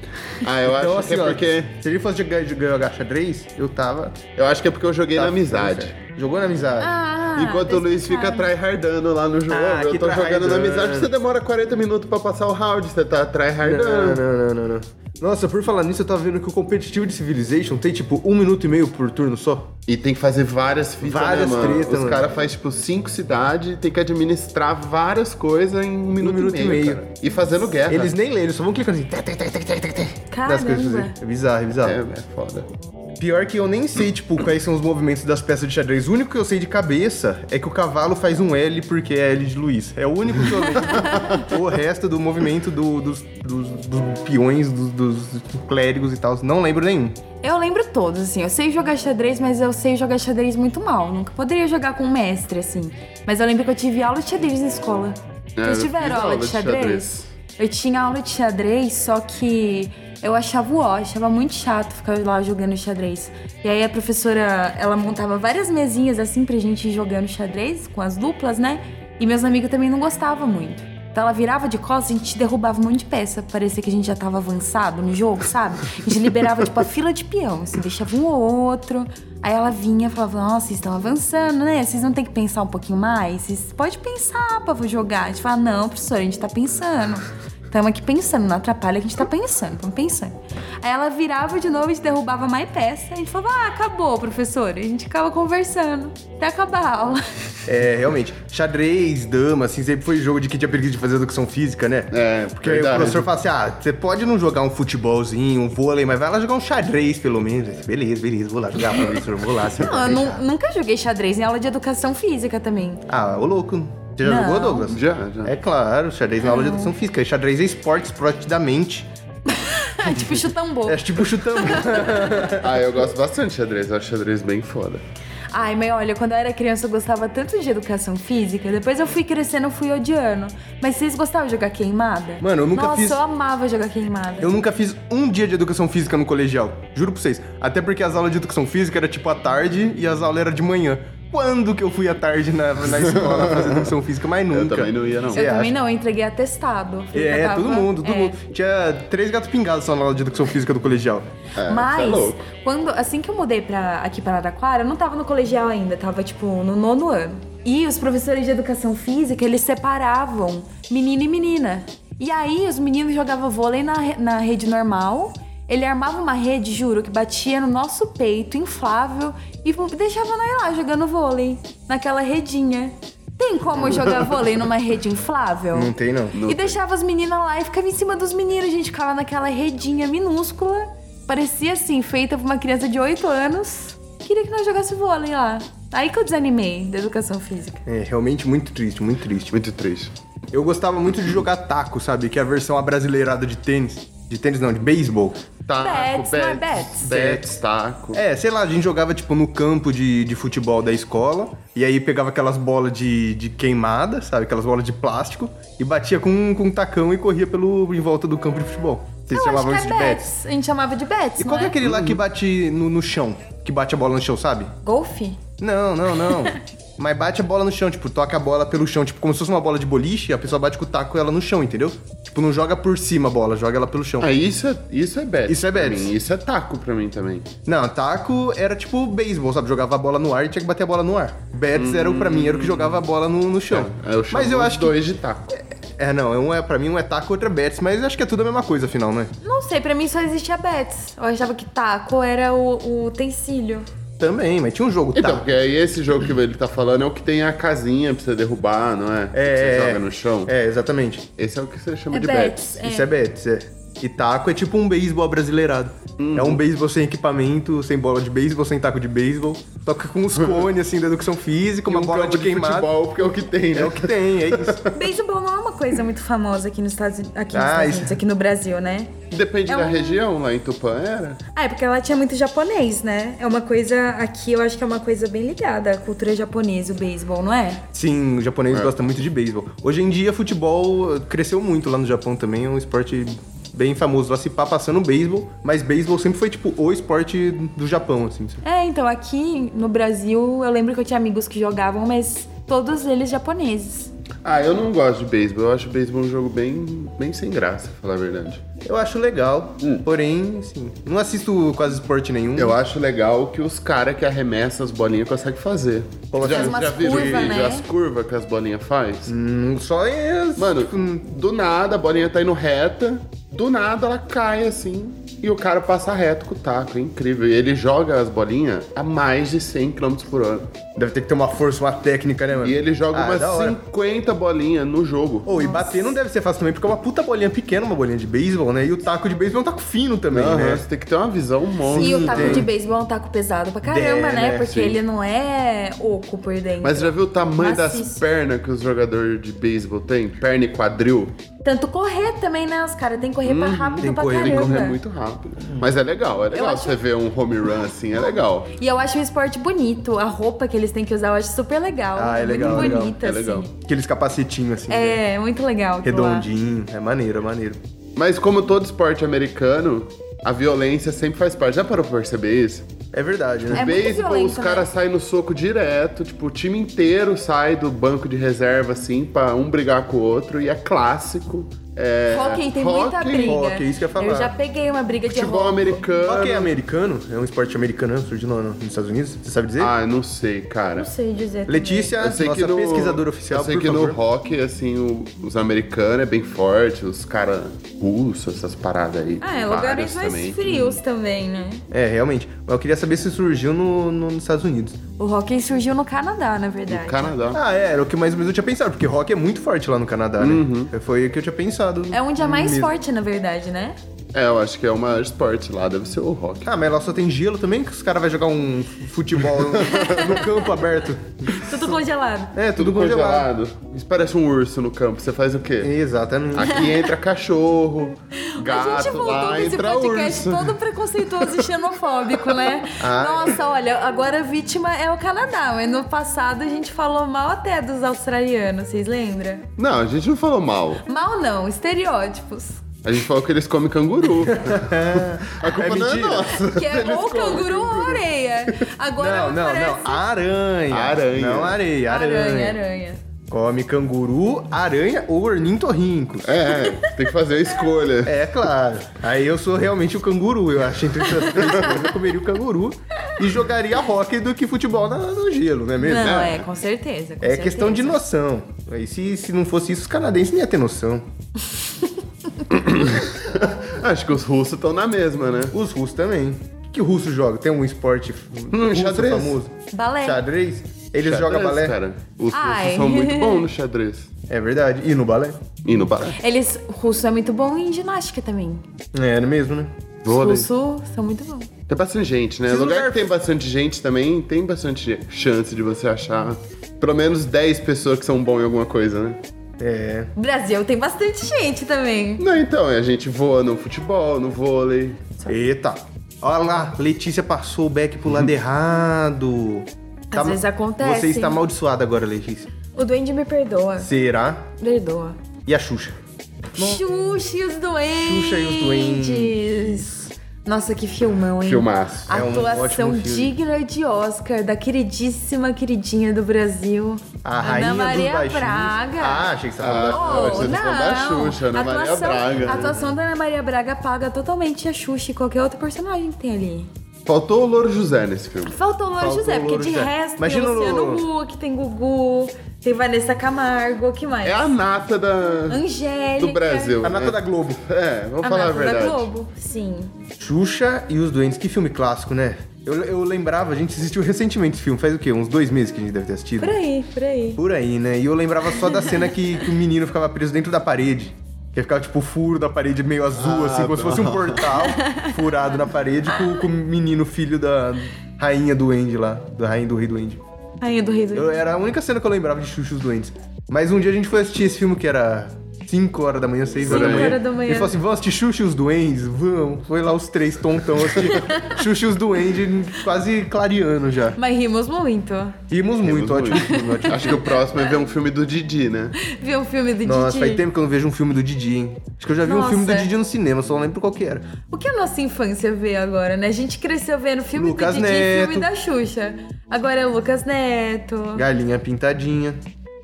Speaker 3: Ah, eu
Speaker 1: então,
Speaker 3: acho
Speaker 1: assim,
Speaker 3: que é
Speaker 1: ó,
Speaker 3: porque.
Speaker 1: se ele fosse jogar, jogar xadrez, eu tava...
Speaker 3: Eu acho que é porque eu joguei
Speaker 1: tava
Speaker 3: na amizade.
Speaker 1: Jogou na amizade.
Speaker 2: Ah,
Speaker 3: Enquanto o Luiz fica
Speaker 2: atrás.
Speaker 3: tryhardando lá no jogo,
Speaker 1: Ah,
Speaker 3: eu
Speaker 1: que
Speaker 3: tô jogando na
Speaker 1: tryhardando.
Speaker 3: amizade. Você demora 40 minutos pra passar o round, você tá
Speaker 1: Não,
Speaker 3: tryhardando.
Speaker 1: não, não, não, não. Nossa, por falar nisso, eu tava vendo que o competitivo de Civilization tem tipo um minuto e meio por turno só.
Speaker 3: E tem que fazer várias fitas,
Speaker 1: Várias
Speaker 3: né, mano?
Speaker 1: tretas,
Speaker 3: Os
Speaker 1: mano.
Speaker 3: caras fazem, tipo, cinco cidades e tem que administrar várias coisas em um minuto,
Speaker 1: minuto
Speaker 3: e
Speaker 1: e
Speaker 3: meio,
Speaker 1: meio.
Speaker 3: cara. E fazendo guerra.
Speaker 1: Eles nem leem, eles só vão clicando assim. tec, tec, tec, tec, tec, tec, tec, nas coisas pra
Speaker 2: Caramba.
Speaker 1: fazer. É bizarro, é bizarro.
Speaker 3: É, é foda.
Speaker 1: Pior que eu nem sei, tipo, quais são os movimentos das peças de xadrez. O único que eu sei de cabeça é que o cavalo faz um L porque é L de Luiz. É o único que eu lembro. o resto do movimento do- dos, dos- dos peões, dos, dos clérigos e tal, não lembro nenhum.
Speaker 2: Eu lembro todos, assim. Eu sei jogar xadrez, mas eu sei jogar xadrez muito mal. Nunca poderia jogar com um mestre, assim. Mas eu lembro que eu tive aula de xadrez na escola.
Speaker 3: É, eu
Speaker 2: Vocês tiveram
Speaker 3: fiz
Speaker 2: aula, de, xadrez? Eu tinha aula de xadrez, só que eu achava ó, achava muito chato ficar lá jogando xadrez. E aí a professora, ela montava várias mesinhas assim pra gente ir jogando xadrez com as duplas, né? E meus amigos também não gostavam muito. Então ela virava de costas e a gente derrubava um monte de peça. Parecia que a gente já tava avançado no jogo, sabe? A gente liberava, tipo, a fila de peão, assim, deixava um ou outro. Aí ela vinha e falava, nossa, vocês estão avançando, né? Vocês não tem que pensar um pouquinho mais? Vocês podem pensar pra jogar. A gente falava, não, professora, a gente tá pensando. Estamos aqui pensando, não atrapalha que a gente tá pensando, estamos pensando. Aí ela virava de novo, a gente derrubava mais peça. A gente falava, ah, acabou, professora. E a gente ficava conversando até acabar a aula.
Speaker 1: É, realmente. Xadrez, dama, assim, sempre foi jogo de quem tinha preguiça de fazer educação física, né?
Speaker 3: É,
Speaker 1: Porque aí o
Speaker 3: verdade.
Speaker 1: professor fala assim: ah, você pode não jogar um futebolzinho, um vôlei, mas vai lá jogar um xadrez, pelo menos. Aí, Beleza, beleza, vou lá jogar, professor, vou lá. senhor,
Speaker 2: Não, eu
Speaker 1: vai
Speaker 2: nu-
Speaker 1: deixar.
Speaker 2: nunca joguei xadrez em aula de educação física também.
Speaker 1: Ah, ô louco. Você já
Speaker 2: Não.
Speaker 1: jogou, Douglas?
Speaker 3: Já, já.
Speaker 1: É claro, xadrez na aula de educação física. Xadrez é esporte, esporte da mente.
Speaker 2: tipo chutambô.
Speaker 1: É tipo chutando.
Speaker 3: Ah, eu gosto bastante de xadrez. Eu acho xadrez bem foda.
Speaker 2: Ai, mas olha, quando eu era criança eu gostava tanto de educação física, depois eu fui crescendo, eu fui odiando. Mas vocês gostavam de jogar queimada?
Speaker 1: Mano, eu nunca
Speaker 2: Nossa,
Speaker 1: fiz-
Speaker 2: eu amava jogar queimada.
Speaker 1: Eu nunca fiz um dia de educação física no colegial. Juro pra vocês. Até porque as aulas de educação física era tipo à tarde e as aulas eram de manhã. Quando que eu fui à tarde na, na escola fazer educação física? Mas nunca.
Speaker 3: Eu também não ia, não.
Speaker 1: Você
Speaker 2: Eu também
Speaker 1: acha?
Speaker 2: não, eu entreguei atestado. Falei que
Speaker 1: É,
Speaker 2: eu tava-
Speaker 1: todo mundo, todo
Speaker 2: é.
Speaker 1: mundo. Tinha três gatos pingados só na aula de educação física do colegial.
Speaker 3: É,
Speaker 2: Mas,
Speaker 3: Tá louco.
Speaker 2: quando, assim que eu mudei pra, aqui para Araraquara, eu não tava no colegial ainda, tava tipo no nono ano. E os professores de educação física, eles separavam menino e menina. E aí os meninos jogavam vôlei na, re- na rede normal. Ele armava uma rede, juro, que batia no nosso peito, inflável, e deixava nós lá jogando vôlei, naquela redinha. Tem como eu jogar vôlei numa rede inflável?
Speaker 1: Não tem, não.
Speaker 2: e deixava as meninas lá e ficava em cima dos meninos, a gente ficava naquela redinha minúscula. Parecia assim, feita por uma criança de 8 anos. Queria que nós jogasse vôlei lá. Aí que eu desanimei da educação física.
Speaker 1: É, realmente muito triste, muito triste.
Speaker 3: Muito triste.
Speaker 1: Eu gostava muito de jogar taco, sabe? Que é a versão abrasileirada de tênis. De tênis não, de beisebol.
Speaker 3: Taco,
Speaker 2: Bets, não é bets?
Speaker 3: Bets, taco.
Speaker 1: É, sei lá, a gente jogava tipo no campo de, de futebol da escola, e aí pegava aquelas bolas de, de queimada, sabe? Aquelas bolas de plástico, e batia com, com um tacão e corria pelo, em volta do campo de futebol. Vocês
Speaker 2: Eu acho
Speaker 1: chamavam
Speaker 2: que
Speaker 1: isso
Speaker 2: é
Speaker 1: de bets.
Speaker 2: bets. A gente chamava de bets,
Speaker 1: E
Speaker 2: não
Speaker 1: qual que é
Speaker 2: é?
Speaker 1: aquele lá que bate no, no chão? Que bate a bola no chão, sabe?
Speaker 2: Golfe?
Speaker 1: Não, não, não. Mas bate a bola no chão, tipo, toca a bola pelo chão, tipo, como se fosse uma bola de boliche, a pessoa bate com o taco ela no chão, entendeu? Tipo, não joga por cima a bola, joga ela pelo chão.
Speaker 3: Ah, isso é, isso é bets.
Speaker 1: Isso é
Speaker 3: pra
Speaker 1: bets.
Speaker 3: mim. Isso é taco pra mim também.
Speaker 1: Não, taco era tipo beisebol, sabe? Jogava a bola no ar e tinha que bater a bola no ar. Betts era o pra mim, era o que jogava a bola no, no chão.
Speaker 3: É, eu
Speaker 1: mas eu acho que.
Speaker 3: dois de taco.
Speaker 1: É, não, é um é, pra mim um é taco, outro é Betts, mas acho que é tudo a mesma coisa, afinal, né?
Speaker 2: Não sei, pra mim só existia bets. Eu achava que taco era o, o utensílio.
Speaker 1: Também, mas tinha um jogo
Speaker 3: Então,
Speaker 1: taco.
Speaker 3: porque aí esse jogo que ele tá falando é o que tem a casinha pra você derrubar, não é?
Speaker 1: É,
Speaker 3: Que
Speaker 1: é,
Speaker 3: você
Speaker 1: é.
Speaker 3: joga no chão.
Speaker 1: É, exatamente.
Speaker 3: Esse é o que você chama
Speaker 2: É
Speaker 3: de
Speaker 2: bets.
Speaker 3: bets.
Speaker 2: É.
Speaker 1: Isso é Betts, é. E taco é tipo um beisebol brasileirado.
Speaker 3: Uhum.
Speaker 1: É um beisebol sem equipamento, sem bola de beisebol, sem taco de beisebol. Toca com uns cones, assim, da educação física, uma
Speaker 3: E um
Speaker 1: bola
Speaker 3: campo
Speaker 1: de queimada.
Speaker 3: futebol, porque é o que tem, né?
Speaker 1: É o que tem, é isso.
Speaker 2: Beisebol não é uma coisa muito famosa aqui nos Estados, aqui nos
Speaker 1: Ah,
Speaker 2: Estados
Speaker 1: isso-
Speaker 2: Unidos, aqui no Brasil, né?
Speaker 3: Depende
Speaker 2: É
Speaker 3: da
Speaker 2: um-
Speaker 3: região, lá em Tupã era.
Speaker 2: Ah, é porque ela tinha muito japonês, né? É uma coisa aqui, eu acho que é uma coisa bem ligada à cultura japonesa, o beisebol, não é?
Speaker 1: Sim, o japonês gosta muito de beisebol. Hoje em dia, futebol cresceu muito lá no Japão também, é um esporte bem famoso lá, se pá, passando o beisebol. Mas beisebol sempre foi, tipo, o esporte do Japão, assim. sabe?
Speaker 2: É, então aqui no Brasil, eu lembro que eu tinha amigos que jogavam, mas todos eles japoneses.
Speaker 3: Ah, eu não gosto de beisebol. Eu acho o beisebol um jogo bem, bem sem graça, pra falar a verdade.
Speaker 1: Eu acho legal, porém, assim, não assisto quase esporte nenhum.
Speaker 3: Hum. Eu acho legal que os caras que arremessam as bolinhas conseguem fazer.
Speaker 2: Faz umas
Speaker 3: viram
Speaker 2: curva,
Speaker 3: vídeo,
Speaker 2: né?
Speaker 3: as curvas que as bolinhas faz?
Speaker 1: Hum, Só é...
Speaker 3: Mano, do nada a bolinha tá indo reta, do nada ela cai assim e o cara passa reto com o taco. É incrível. E ele joga as bolinhas a mais de 100 km por hora.
Speaker 1: Deve ter que ter uma força, uma técnica, né, mano?
Speaker 3: E ele joga
Speaker 1: Ah, da hora.
Speaker 3: umas 50 bolinhas no jogo.
Speaker 1: Ô, e bater não deve ser fácil também, porque é uma puta bolinha pequena, uma bolinha de beisebol, né? E o taco de beisebol é um taco fino também,
Speaker 3: Aham,
Speaker 1: né?
Speaker 3: Uhum. Você tem que ter uma visão monstro.
Speaker 2: e o taco
Speaker 1: tem.
Speaker 2: de beisebol é um taco pesado pra caramba,
Speaker 1: É,
Speaker 2: né?
Speaker 1: né,
Speaker 2: Porque
Speaker 3: sim.
Speaker 2: ele não é oco por dentro.
Speaker 3: Mas já viu o tamanho das
Speaker 2: Maciço.
Speaker 3: pernas que os jogadores de beisebol têm? Perna e quadril?
Speaker 2: Tanto correr também, né? Os caras têm que correr pra rápido
Speaker 1: Hum, tem que
Speaker 2: pra
Speaker 1: correr, tem que
Speaker 2: caramba.
Speaker 3: Corre É muito rápido. Mas é legal, é legal
Speaker 2: é. acho-
Speaker 3: você ver um home run assim, é legal.
Speaker 2: E eu acho o esporte bonito, a roupa que eles têm que usar, eu acho super legal.
Speaker 1: Ah, é legal,
Speaker 2: muito
Speaker 1: legal,
Speaker 2: bonita,
Speaker 3: é legal.
Speaker 2: assim.
Speaker 1: Aqueles capacetinhos, assim, né?
Speaker 2: É, muito legal. aquilo lá.
Speaker 1: redondinho. É maneiro, é maneiro.
Speaker 3: Mas como todo esporte americano, a violência sempre faz parte. Já parou pra perceber isso?
Speaker 1: É verdade, né?
Speaker 2: É muito
Speaker 3: Beisebol,
Speaker 2: violento,
Speaker 3: os
Speaker 2: né?
Speaker 3: caras saem no soco direto, tipo, o time inteiro sai do banco de reserva, assim, pra um brigar com o outro, e é clássico. É,
Speaker 2: Hockey tem muita
Speaker 3: hockey,
Speaker 2: briga.
Speaker 1: hockey, isso que eu ia falar.
Speaker 2: já peguei uma briga de
Speaker 3: Futebol
Speaker 2: hockey.
Speaker 3: americano.
Speaker 1: Hockey é americano? É um esporte americano, né? Surgiu no- nos Estados Unidos? Você sabe dizer?
Speaker 3: Ah, não sei, cara.
Speaker 2: Não sei dizer. também.
Speaker 1: Letícia,
Speaker 3: Eu sei
Speaker 1: nossa
Speaker 3: que no,
Speaker 1: pesquisadora oficial,
Speaker 3: Eu sei
Speaker 1: por
Speaker 3: que
Speaker 1: favor.
Speaker 3: no rock, assim, o- os americanos é bem forte, os caras russos, essas paradas aí.
Speaker 2: Ah, é,
Speaker 3: tem
Speaker 2: lugares
Speaker 3: vários
Speaker 2: mais
Speaker 3: também.
Speaker 2: frios também, né?
Speaker 1: É, realmente. Mas eu queria saber se surgiu no- no- nos Estados Unidos.
Speaker 2: O hockey surgiu no Canadá, na verdade.
Speaker 3: No Canadá.
Speaker 1: Ah, é, era o que mais ou menos eu tinha pensado, porque rock é muito forte lá no Canadá,
Speaker 3: Uhum.
Speaker 1: né? Foi o que eu tinha pensado.
Speaker 2: É onde é mais
Speaker 1: mesmo.
Speaker 2: forte, na verdade, né?
Speaker 3: É, eu acho que é o maior esporte lá, deve ser o rock.
Speaker 1: Ah, mas lá só tem gelo também, que os caras vão jogar um futebol no, no campo aberto.
Speaker 2: Tudo congelado.
Speaker 1: É, tudo, congelado. É,
Speaker 3: Isso parece um urso no campo, você faz o quê?
Speaker 1: Exatamente.
Speaker 3: Aqui entra cachorro,
Speaker 2: a gente
Speaker 3: gato,
Speaker 2: voltou
Speaker 3: lá
Speaker 2: nesse
Speaker 3: entra
Speaker 2: podcast
Speaker 3: urso.
Speaker 2: todo preconceituoso e xenofóbico, né?
Speaker 1: Ah.
Speaker 2: Nossa, olha, agora a vítima é o Canadá, mas no passado a gente falou mal até dos australianos, vocês lembram?
Speaker 3: Não, a gente não falou mal.
Speaker 2: Mal não, estereótipos.
Speaker 3: A gente falou que eles comem canguru. a culpa não é
Speaker 1: mentira.
Speaker 3: nossa.
Speaker 2: Que é ou canguru ou areia. Agora
Speaker 1: Não, não,
Speaker 2: parece
Speaker 1: não. Aranha.
Speaker 3: Aranha.
Speaker 1: Não areia, aranha.
Speaker 2: aranha, aranha.
Speaker 1: Come canguru, aranha ou ornitorrinco.
Speaker 3: É, tem que fazer a escolha.
Speaker 1: É claro. Aí eu sou realmente o canguru. Eu acho entre essas três coisas, eu comeria o canguru e jogaria rock do que futebol na- no gelo, não é mesmo?
Speaker 2: Não,
Speaker 1: é.
Speaker 2: é, com certeza. com
Speaker 1: É questão de
Speaker 2: certeza.
Speaker 1: noção. Aí se, se não fosse isso, os canadenses não iam ter noção.
Speaker 3: Acho que os russos estão na mesma, né?
Speaker 1: Os russos também. O que, que o russo joga? Tem um esporte russo
Speaker 3: xadrez.
Speaker 1: famoso?
Speaker 2: Balé.
Speaker 1: Xadrez? Eles
Speaker 3: Xadrez,
Speaker 1: jogam balé.
Speaker 3: Cara. Os
Speaker 2: Ai.
Speaker 3: russos são muito bons no xadrez.
Speaker 1: É verdade. E no balé?
Speaker 3: E no balé.
Speaker 2: Eles, russo é muito bom em ginástica também.
Speaker 1: É, não é mesmo, né?
Speaker 3: Vôlei.
Speaker 2: Os russos são muito bons.
Speaker 3: Tem bastante gente, né?
Speaker 1: Esses
Speaker 3: Lugar
Speaker 1: lugar-
Speaker 3: que tem bastante gente também, tem bastante chance de você achar pelo menos 10 pessoas que são bons em alguma coisa, né?
Speaker 1: É.
Speaker 2: Brasil tem bastante gente também.
Speaker 3: Não, então, a gente voa no futebol, no vôlei.
Speaker 1: Eita. Olha lá, Letícia passou o back pro lado errado. Tá
Speaker 2: Às vezes acontece,
Speaker 1: Você está
Speaker 2: hein?
Speaker 1: amaldiçoada agora, Letícia.
Speaker 2: O Duende me perdoa.
Speaker 1: Será?
Speaker 2: Perdoa.
Speaker 1: E a Xuxa?
Speaker 2: Xuxa e os doentes.
Speaker 1: Xuxa e os
Speaker 2: doentes. Nossa, que filmão, hein?
Speaker 3: Filmaço.
Speaker 1: É um
Speaker 2: Atuação
Speaker 1: ótimo filme.
Speaker 2: digna de Oscar da queridíssima queridinha do Brasil,
Speaker 1: A rainha
Speaker 2: Ana
Speaker 1: dos
Speaker 2: Maria
Speaker 1: baixinhos.
Speaker 2: Braga.
Speaker 1: Ah, achei que você
Speaker 3: Ah,
Speaker 1: tava...
Speaker 3: não,
Speaker 2: Oh,
Speaker 3: vocês estão da Xuxa, Ana Maria
Speaker 2: Atuação-
Speaker 3: Braga, né?
Speaker 2: A atuação da Ana Maria Braga paga totalmente a Xuxa e qualquer outro personagem que tem ali.
Speaker 3: Faltou o Louro José nesse filme.
Speaker 2: Faltou o Louro
Speaker 1: Faltou
Speaker 2: José,
Speaker 1: o
Speaker 2: porque
Speaker 1: Louro
Speaker 2: de
Speaker 1: José.
Speaker 2: resto
Speaker 1: Imagina
Speaker 2: tem
Speaker 1: o
Speaker 2: Luciano
Speaker 1: Louro.
Speaker 2: Huck, tem Gugu, tem Vanessa Camargo, o que mais?
Speaker 3: É a nata da...
Speaker 2: Angélica.
Speaker 3: do Brasil.
Speaker 1: A nata
Speaker 3: né?
Speaker 1: da Globo.
Speaker 3: É, vamos
Speaker 2: A
Speaker 3: falar a
Speaker 2: nata da
Speaker 3: verdade.
Speaker 2: Globo, sim.
Speaker 1: Xuxa e os Doentes, que filme clássico, né? Eu, eu lembrava, a gente assistiu recentemente esse filme, faz o quê? Uns dois meses que a gente deve ter assistido?
Speaker 2: Por aí, por aí.
Speaker 1: Por aí, né? E eu lembrava só da cena que, que o menino ficava preso dentro da parede. Que ficava tipo o furo da parede meio azul,
Speaker 3: Ah,
Speaker 1: assim, como se fosse um
Speaker 3: tá.
Speaker 1: portal furado na parede com, com o menino filho da rainha do Andy lá, da rainha do rei do Andy.
Speaker 2: Rainha do Rei do
Speaker 1: Eu- era a única cena que eu lembrava de Xuxa e os Doentes. Mas um dia a gente foi assistir esse filme que era 5 horas da manhã, 6 horas da
Speaker 2: Cinco
Speaker 1: manhã.
Speaker 2: horas da manhã.
Speaker 1: E falou assim: vamos assistir Xuxa e os Duendes? Vamos. Foi lá os três tontão assistir Xuxa e os Duendes, quase clareando já.
Speaker 2: Mas rimos muito.
Speaker 1: Rimos É muito, ótimo filme, ótimo.
Speaker 3: Acho que o próximo é ver um filme do Didi, né?
Speaker 2: Viu o filme do
Speaker 1: Nossa,
Speaker 2: Didi?
Speaker 1: faz tempo que eu não vejo um filme do Didi, hein? Acho que eu já vi um
Speaker 2: Nossa.
Speaker 1: filme do Didi no cinema, só não lembro qual que era.
Speaker 2: O que a nossa infância vê agora, né? A gente cresceu vendo filme
Speaker 1: Lucas
Speaker 2: do Didi e filme
Speaker 1: Neto.
Speaker 2: da Xuxa. Agora é Lucas Neto.
Speaker 1: Galinha Pintadinha.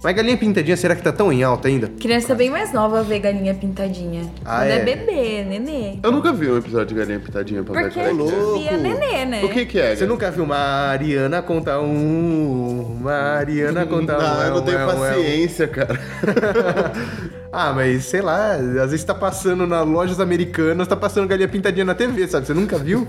Speaker 1: Mas Galinha Pintadinha, será que tá tão em alta ainda?
Speaker 2: Criança bem mais nova vê galinha pintadinha.
Speaker 1: Ah,
Speaker 2: Quando é?
Speaker 1: é?
Speaker 2: bebê, nenê.
Speaker 3: Eu nunca vi um episódio de Galinha Pitadinha pra ver
Speaker 2: Porque
Speaker 3: como é que é.
Speaker 1: louco.
Speaker 2: via nenê, né?
Speaker 3: O que que é?
Speaker 1: Você nunca viu Mariana conta um, Mariana conta um.
Speaker 3: Não, eu
Speaker 1: um,
Speaker 3: não tenho
Speaker 1: um, um, um.
Speaker 3: paciência, cara.
Speaker 1: Ah, mas sei lá, às vezes tá passando nas lojas americanas, tá passando galinha pintadinha na TV, sabe? Você nunca viu?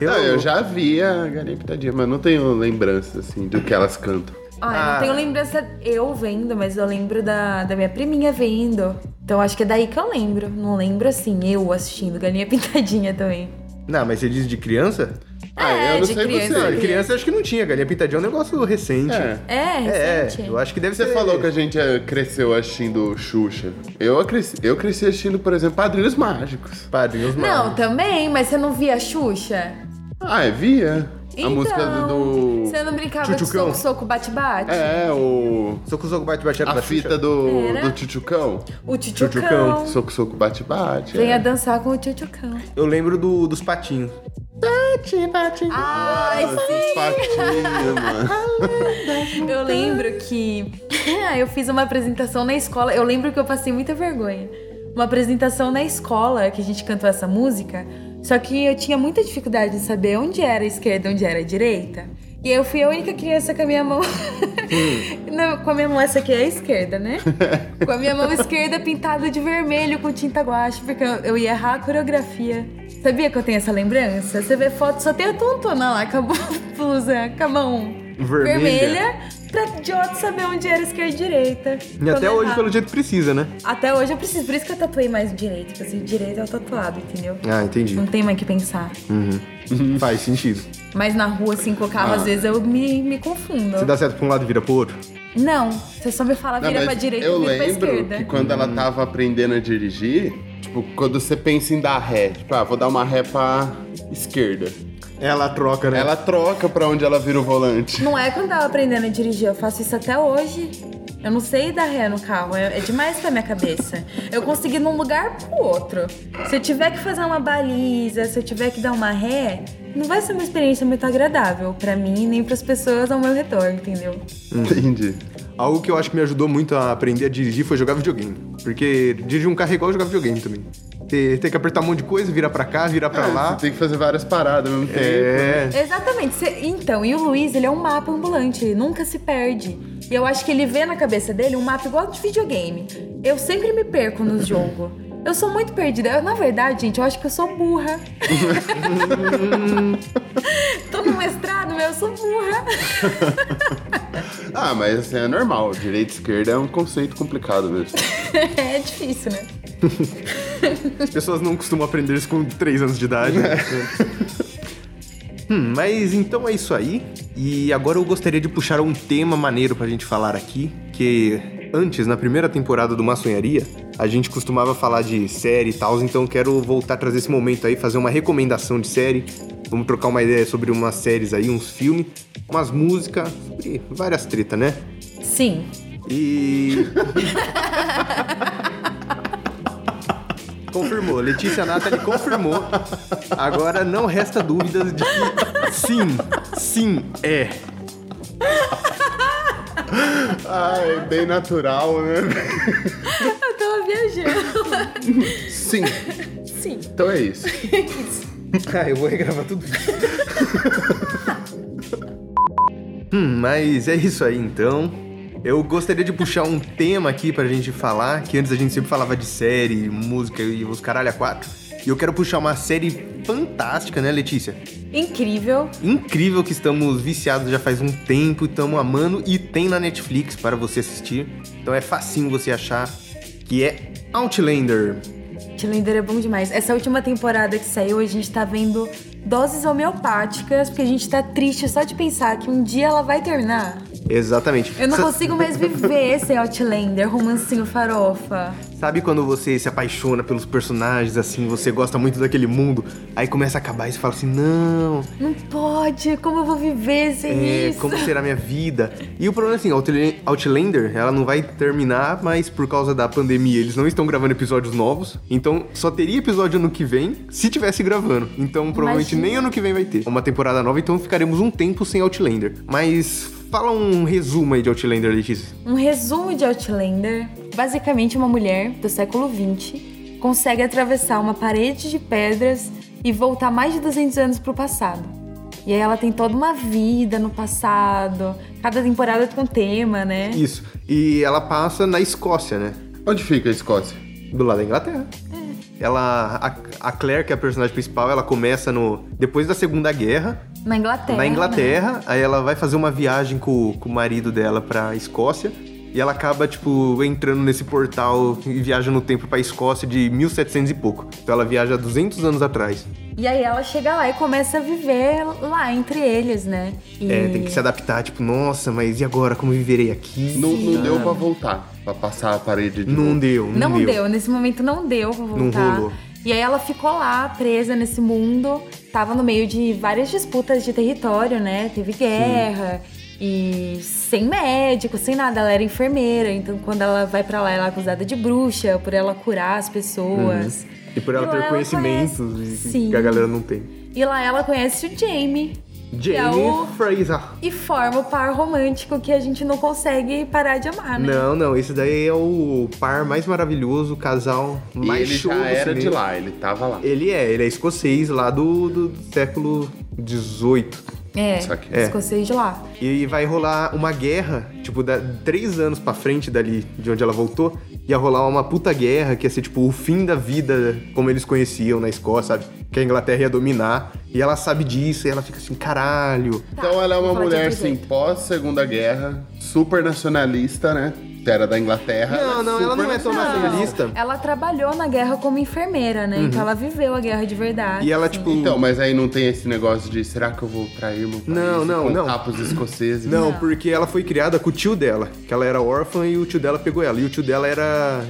Speaker 3: Não, eu já vi a Galinha Pitadinha, mas não tenho lembrança, assim, do que elas cantam.
Speaker 2: Ah, eu
Speaker 1: Ah.
Speaker 2: não tenho lembrança eu vendo, mas eu lembro da, da minha priminha vendo. Então acho que é daí que eu lembro. Não lembro assim, eu assistindo Galinha Pintadinha também.
Speaker 1: Não, mas você diz de criança?
Speaker 3: Ah,
Speaker 2: É,
Speaker 3: eu não
Speaker 2: de
Speaker 3: sei
Speaker 2: criança.
Speaker 1: Não,
Speaker 3: você.
Speaker 1: de criança eu acho que não tinha. Galinha pintadinha é um negócio recente.
Speaker 3: É.
Speaker 2: É,
Speaker 1: É,
Speaker 2: recente.
Speaker 1: eu acho que deve
Speaker 3: Você
Speaker 1: ser.
Speaker 3: falou que a gente eh, cresceu assistindo Xuxa. Eu cresci, eu cresci assistindo, por exemplo, Padrinhos Mágicos.
Speaker 1: Padrinhos
Speaker 2: Não,
Speaker 1: Mágicos.
Speaker 2: também, mas você não via a Xuxa?
Speaker 3: Ah, é, via?
Speaker 2: Então,
Speaker 3: a música do...
Speaker 2: Você não brincava
Speaker 1: Tchutchucão?
Speaker 2: de soco, soco, bate-bate?
Speaker 3: É, o...
Speaker 1: Soco Soco Bate Bate
Speaker 3: A
Speaker 1: da
Speaker 3: fita
Speaker 1: É Xuxa.
Speaker 3: do,
Speaker 2: Era?
Speaker 3: do Tchutchucão.
Speaker 2: O tchutchucão.
Speaker 1: Tchutchucão.
Speaker 3: Soco, soco, bate, bate.
Speaker 2: Venha
Speaker 3: é.
Speaker 2: dançar com o tchutchucão.
Speaker 1: Eu lembro do, dos patinhos. Bate, bate.
Speaker 2: Ai, Ah, sim!
Speaker 3: Patinho, mano.
Speaker 2: Eu lembro que eu fiz uma apresentação na escola. Eu lembro que eu passei muita vergonha. Uma apresentação na escola que a gente cantou essa música. Só que eu tinha muita dificuldade de saber onde era a esquerda, onde era a direita. E eu fui a única criança com a minha mão. Não, com a minha mão, essa aqui é a esquerda, né? com a minha mão esquerda pintada de vermelho com tinta guache, porque eu- eu ia errar a coreografia. Sabia que eu tenho essa lembrança? Você vê foto, só tem a tontona lá com a bu- blusa, com a mão
Speaker 1: Vermelha.
Speaker 2: vermelha pra idiota saber onde era esquerda e direita.
Speaker 1: E até
Speaker 2: Quando
Speaker 1: hoje,
Speaker 2: errar.
Speaker 1: pelo jeito, precisa, né?
Speaker 2: Até hoje eu preciso, por isso que eu tatuei mais direito, porque assim, direito é o tatuado, entendeu?
Speaker 1: Ah, entendi.
Speaker 2: Não tem mais o que pensar.
Speaker 1: Faz sentido.
Speaker 2: Mas na rua, assim, com o carro, às vezes eu me, me confundo.
Speaker 1: Se Ah. dá certo pra um lado, vira pro outro.
Speaker 2: Não, você só me fala
Speaker 3: Não,
Speaker 2: vira
Speaker 3: mas
Speaker 2: pra direita
Speaker 3: eu
Speaker 2: e vira pra
Speaker 3: lembro
Speaker 2: esquerda.
Speaker 3: que quando ela
Speaker 1: Hum.
Speaker 3: tava aprendendo a dirigir, tipo, quando você pensa em dar ré, tipo, ah, vou dar uma ré pra esquerda.
Speaker 1: Ela troca, né?
Speaker 3: Ela troca pra onde ela vira o volante.
Speaker 2: Não é quando eu tava aprendendo a dirigir, eu faço isso até hoje. Eu não sei dar ré no carro, é, é demais pra minha cabeça. Eu consegui ir num lugar pro outro. Se eu tiver que fazer uma baliza, se eu tiver que dar uma ré, não vai ser uma experiência muito agradável pra mim nem pras pessoas ao meu retorno, entendeu?
Speaker 1: Hum.
Speaker 3: Entendi.
Speaker 1: Algo que eu acho que me ajudou muito a aprender a dirigir foi jogar videogame. Porque dirigir um carro é igual jogar videogame também. Ter, ter que apertar um monte de coisa, virar pra cá, virar pra lá.
Speaker 3: É, Você tem né? que fazer várias paradas ao mesmo tempo.
Speaker 1: É.
Speaker 2: Exatamente. Cê- então, e o Luiz, ele é um mapa ambulante, ele nunca se perde. E eu acho que ele vê na cabeça dele um mapa igual de videogame. Eu sempre me perco no jogo. Eu sou muito perdida. Eu, na verdade, gente, eu acho que eu sou burra. Tô no mestrado, meu, eu sou burra.
Speaker 3: Ah, mas assim, é normal. Direita e esquerda é um conceito complicado mesmo.
Speaker 2: é difícil, né?
Speaker 1: As pessoas não costumam aprender isso com 3 anos de idade. né? Hum, mas então é isso aí. E agora eu gostaria de puxar um tema maneiro pra gente falar aqui, que antes, na primeira temporada do Maçonharia, a gente costumava falar de série e tal, então eu quero voltar a trazer esse momento aí, fazer uma recomendação de série. Vamos trocar uma ideia sobre umas séries aí, uns filmes, umas músicas, sobre várias tretas, né?
Speaker 2: Sim.
Speaker 1: E. confirmou. Letícia Natali confirmou. Agora não resta dúvidas de que sim, sim é.
Speaker 3: Ah, é bem natural, né?
Speaker 2: Eu tava viajando.
Speaker 3: Sim.
Speaker 2: Sim.
Speaker 3: Então é isso.
Speaker 1: Ah, eu vou regravar tudo isso. hum, mas é isso aí então. Eu gostaria de puxar um tema aqui pra gente falar, que antes a gente sempre falava de série, música e os caralho a quatro. E eu quero puxar uma série fantástica, né, Letícia?
Speaker 2: Incrível.
Speaker 1: incrível que estamos viciados já faz um tempo, estamos amando e tem na Netflix para você assistir. Então é facinho você achar que é Outlander.
Speaker 2: Outlander é bom demais. Essa última temporada que saiu, a gente tá vendo doses homeopáticas, porque a gente tá triste só de pensar que um dia ela vai terminar.
Speaker 1: Exatamente.
Speaker 2: Eu não
Speaker 1: Sa-
Speaker 2: consigo mais viver sem Outlander, romancinho farofa.
Speaker 1: Sabe quando você se apaixona pelos personagens, assim, você gosta muito daquele mundo, aí começa a acabar e você fala assim, não,
Speaker 2: Não pode, como eu vou viver sem
Speaker 1: é,
Speaker 2: isso?
Speaker 1: como será minha vida? E o problema é assim, Outla- Outlander, ela não vai terminar, mas por causa da pandemia eles não estão gravando episódios novos. Então só teria episódio ano que vem, se tivesse gravando. Então provavelmente
Speaker 2: Imagina.
Speaker 1: nem ano que vem vai ter uma temporada nova, então ficaremos um tempo sem Outlander. Mas fala um resumo aí de Outlander, Letícia.
Speaker 2: Um resumo de Outlander. Basicamente, uma mulher do século XX consegue atravessar uma parede de pedras e voltar mais de 200 anos pro passado. E aí ela tem toda uma vida no passado, cada temporada com um tema, né?
Speaker 1: Isso. E ela passa na Escócia, né?
Speaker 3: Onde fica a Escócia?
Speaker 1: Do lado da Inglaterra.
Speaker 2: É.
Speaker 1: Ela. A, a Claire, que é a personagem principal, ela começa no. Depois da Segunda Guerra.
Speaker 2: Na Inglaterra.
Speaker 1: na
Speaker 2: né?
Speaker 1: Inglaterra, aí ela vai fazer uma viagem com, com o marido dela pra Escócia. E ela acaba, tipo, entrando nesse portal e viaja no tempo pra Escócia de 1700 e pouco. Então ela viaja 200 anos atrás.
Speaker 2: E aí ela chega lá e começa a viver lá entre eles, né? E-
Speaker 1: É, tem que se adaptar, tipo, nossa, mas e agora? Como viverei aqui?
Speaker 3: Não, não deu pra voltar, pra passar a parede de
Speaker 1: Não
Speaker 3: novo.
Speaker 1: deu, não,
Speaker 2: Não, deu. nesse momento não deu pra voltar.
Speaker 1: rolou.
Speaker 2: E aí ela ficou lá, presa nesse mundo. Tava no meio de várias disputas de território, né? Teve guerra. E sem médico, sem nada, ela era enfermeira, então quando ela vai pra lá, ela é acusada de bruxa por ela curar as pessoas.
Speaker 1: E por ela
Speaker 2: E lá
Speaker 1: ter
Speaker 2: ela
Speaker 1: conhecimentos
Speaker 2: conhece-
Speaker 1: e-
Speaker 2: Sim.
Speaker 1: que a galera não tem.
Speaker 2: E lá ela conhece o Jamie
Speaker 1: Jamie
Speaker 2: é o-
Speaker 1: Fraser.
Speaker 2: e forma o par romântico que a gente não consegue parar de amar, né?
Speaker 1: Não, não, esse daí é o par mais maravilhoso, o casal
Speaker 3: E
Speaker 1: mais
Speaker 3: ele
Speaker 1: show
Speaker 3: já
Speaker 1: do
Speaker 3: era de
Speaker 1: cinema.
Speaker 3: lá, ele tava
Speaker 2: Tá,
Speaker 3: lá.
Speaker 1: Ele é, ele é escocês lá do, do século XVIII.
Speaker 2: É,
Speaker 3: Só que-
Speaker 1: É.
Speaker 2: escocês de lá.
Speaker 1: E vai rolar uma guerra, tipo, da, três anos pra frente dali, de onde ela voltou, ia rolar uma puta guerra que ia ser, tipo, o fim da vida como eles conheciam na Escócia, sabe? Que a Inglaterra ia dominar. E ela sabe disso, e ela fica assim, caralho.
Speaker 3: Então ela é uma
Speaker 2: vou falar de
Speaker 3: mulher,
Speaker 2: outro
Speaker 3: assim,
Speaker 2: jeito.
Speaker 3: pós-segunda guerra, super nacionalista, né? Era da Inglaterra.
Speaker 1: Não, não, ela não é tão
Speaker 3: super
Speaker 1: nacionalista.
Speaker 2: Ela trabalhou na guerra como enfermeira, né? Então ela viveu a guerra de verdade.
Speaker 1: Uhum. E ela,
Speaker 2: assim.
Speaker 1: tipo.
Speaker 3: Então, mas aí não tem esse negócio de será que eu vou trair meu país
Speaker 1: Não,
Speaker 3: e
Speaker 1: não, não.
Speaker 3: contar pros escoceses?
Speaker 1: Não, porque ela foi criada com o tio dela, que ela era órfã e o tio dela pegou ela. E o tio dela era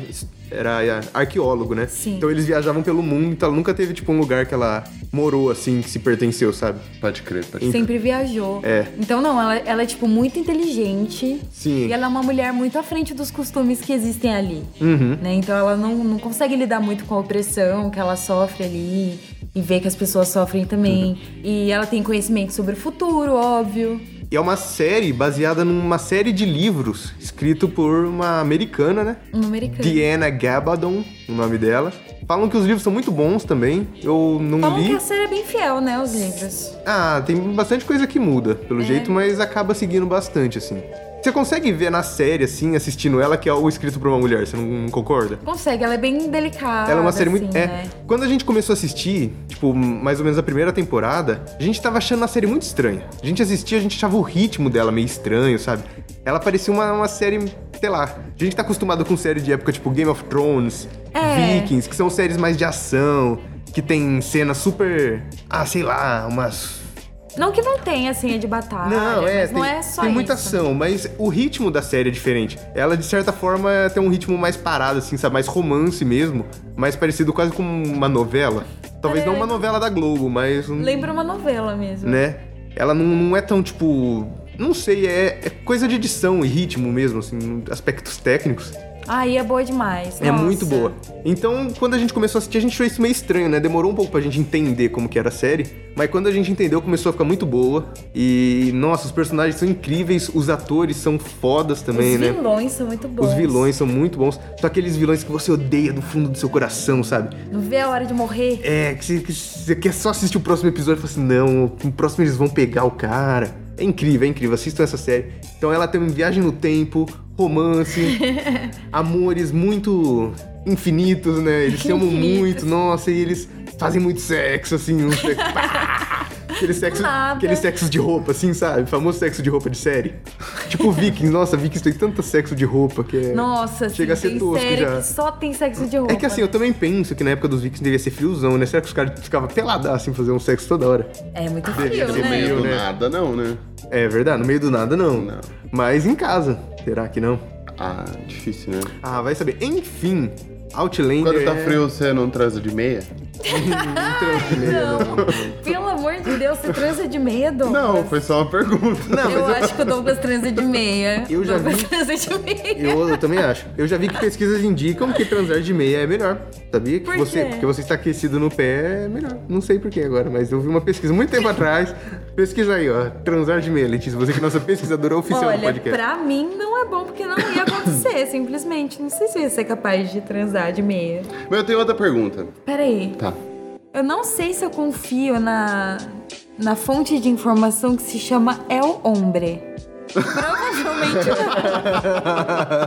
Speaker 1: era é, arqueólogo, né?
Speaker 2: Sim.
Speaker 1: Então eles viajavam pelo mundo, então ela nunca teve tipo um lugar que ela morou assim, que se pertenceu, sabe?
Speaker 3: Pode crer, pode crer.
Speaker 2: Sempre viajou.
Speaker 1: É.
Speaker 2: Então, não, ela, ela é, tipo, muito inteligente.
Speaker 1: Sim.
Speaker 2: E ela é uma mulher muito à frente dos costumes que existem ali.
Speaker 1: Uhum.
Speaker 2: Né? Então, ela não, não consegue lidar muito com a opressão que ela sofre ali. E vê que as pessoas sofrem também. E ela tem conhecimento sobre o futuro, óbvio.
Speaker 1: E é uma série baseada numa série de livros escrito por uma americana, né?
Speaker 2: Uma americana.
Speaker 1: Diana Gabaldon, o nome dela. Falam que os livros são muito bons também. Eu não
Speaker 2: Falam
Speaker 1: li.
Speaker 2: que a série é bem fiel, né, aos livros.
Speaker 1: Ah, tem bastante coisa que muda, pelo
Speaker 2: É.
Speaker 1: jeito, mas acaba seguindo bastante, assim. Você consegue ver na série, assim, assistindo ela, que é algo escrito por uma mulher, você não, não concorda?
Speaker 2: Consegue, ela é bem delicada.
Speaker 1: Ela é uma série muito.
Speaker 2: assim,
Speaker 1: é.
Speaker 2: né?
Speaker 1: Quando a gente começou a assistir, tipo, mais ou menos a primeira temporada, a gente tava achando a série muito estranha. A gente assistia, a gente achava o ritmo dela meio estranho, sabe? Ela parecia uma, uma série, sei lá. A gente tá acostumado com série de época tipo Game of Thrones,
Speaker 2: É.
Speaker 1: Vikings, que são séries mais de ação, que tem cenas super. Ah, sei lá, umas
Speaker 2: Não que não tenha, assim, a de batalha.
Speaker 1: não, é,
Speaker 2: mas
Speaker 1: tem,
Speaker 2: não é só
Speaker 1: tem
Speaker 2: isso.
Speaker 1: muita ação, mas o ritmo da série é diferente. Ela, de certa forma, tem um ritmo mais parado, assim, sabe? Mais romance mesmo, mais parecido quase com uma novela. Talvez
Speaker 2: Ela
Speaker 1: não
Speaker 2: é-
Speaker 1: uma novela da Globo, mas. um-
Speaker 2: Lembra uma novela mesmo.
Speaker 1: Né? Ela não, não é tão, tipo. Não sei, é, é coisa de edição e ritmo mesmo, assim, aspectos técnicos.
Speaker 2: Aí é boa demais.
Speaker 1: É
Speaker 2: nossa.
Speaker 1: muito boa. Então, quando a gente começou a assistir, a gente achou isso meio estranho, né? Demorou um pouco pra gente entender como que era a série, mas quando a gente entendeu, começou a ficar muito boa. E, nossa, os personagens são incríveis, os atores são fodas também,
Speaker 2: Os
Speaker 1: né?
Speaker 2: vilões são muito bons.
Speaker 1: Os vilões são muito bons. Só aqueles vilões que você odeia do fundo do seu coração, sabe?
Speaker 2: Não vê a hora de morrer.
Speaker 1: É, que você- que você quer só assistir o próximo episódio e fala assim, não, no próximo eles vão pegar o cara. É incrível, é incrível, assistam essa série. Então ela tem viagem no tempo, romance, amores muito infinitos, né? Eles se amam
Speaker 2: Infinitos.
Speaker 1: muito, nossa, e eles fazem muito sexo, assim, um sexo. pá! Aquele sexo,
Speaker 2: nada.
Speaker 1: aquele sexo de roupa, assim, sabe? O famoso sexo de roupa de série. Tipo Vikings, nossa, Vikings tem tanto sexo de roupa que é.
Speaker 2: Nossa, assim,
Speaker 1: Chega a ser
Speaker 2: tem
Speaker 1: tosco
Speaker 2: série
Speaker 1: já.
Speaker 2: que só tem sexo de roupa.
Speaker 1: É que assim, eu também penso que na época dos Vikings devia ser friozão, né? Será que os caras ficavam peladaços assim, fazer um sexo toda hora?
Speaker 2: É muito
Speaker 1: Devia
Speaker 2: frio,
Speaker 1: ser
Speaker 3: No
Speaker 2: né?
Speaker 1: meio-
Speaker 3: meio do
Speaker 1: né?
Speaker 3: nada, não, né?
Speaker 1: É verdade, no meio do nada não.
Speaker 3: Não.
Speaker 1: Mas em casa, será que não?
Speaker 3: Ah, difícil, né?
Speaker 1: Ah, vai saber. Enfim, Outlander.
Speaker 3: Quando tá
Speaker 1: é-
Speaker 3: frio, você não transa de meia?
Speaker 1: Não transa de meia, não.
Speaker 3: né?
Speaker 2: Não, pelo amor de Deus, você transa de meia, Douglas?
Speaker 3: Não, foi só uma pergunta.
Speaker 1: Não,
Speaker 2: eu,
Speaker 1: mas eu,
Speaker 2: acho que o Douglas transa de meia.
Speaker 1: Eu já
Speaker 2: Douglas
Speaker 1: vi-
Speaker 2: transa de meia.
Speaker 1: eu, eu também acho. Eu já vi que pesquisas indicam que transar de meia é melhor. Sabia?
Speaker 2: Por
Speaker 1: que você,
Speaker 2: quê?
Speaker 1: Porque você está aquecido no pé é melhor. Não sei por que agora, mas eu vi uma pesquisa muito tempo atrás. Pesquisa aí, ó. Transar de meia, Letícia. Você que é nossa pesquisadora oficial do
Speaker 2: Olha,
Speaker 1: podcast.
Speaker 2: pra mim não é bom porque não ia acontecer, simplesmente. Não sei se eu ia ser capaz de transar de meia.
Speaker 3: Mas eu tenho outra pergunta.
Speaker 2: Peraí,
Speaker 3: Tá.
Speaker 2: eu não sei se eu confio na, na fonte de informação que se chama El Hombre. Provavelmente não.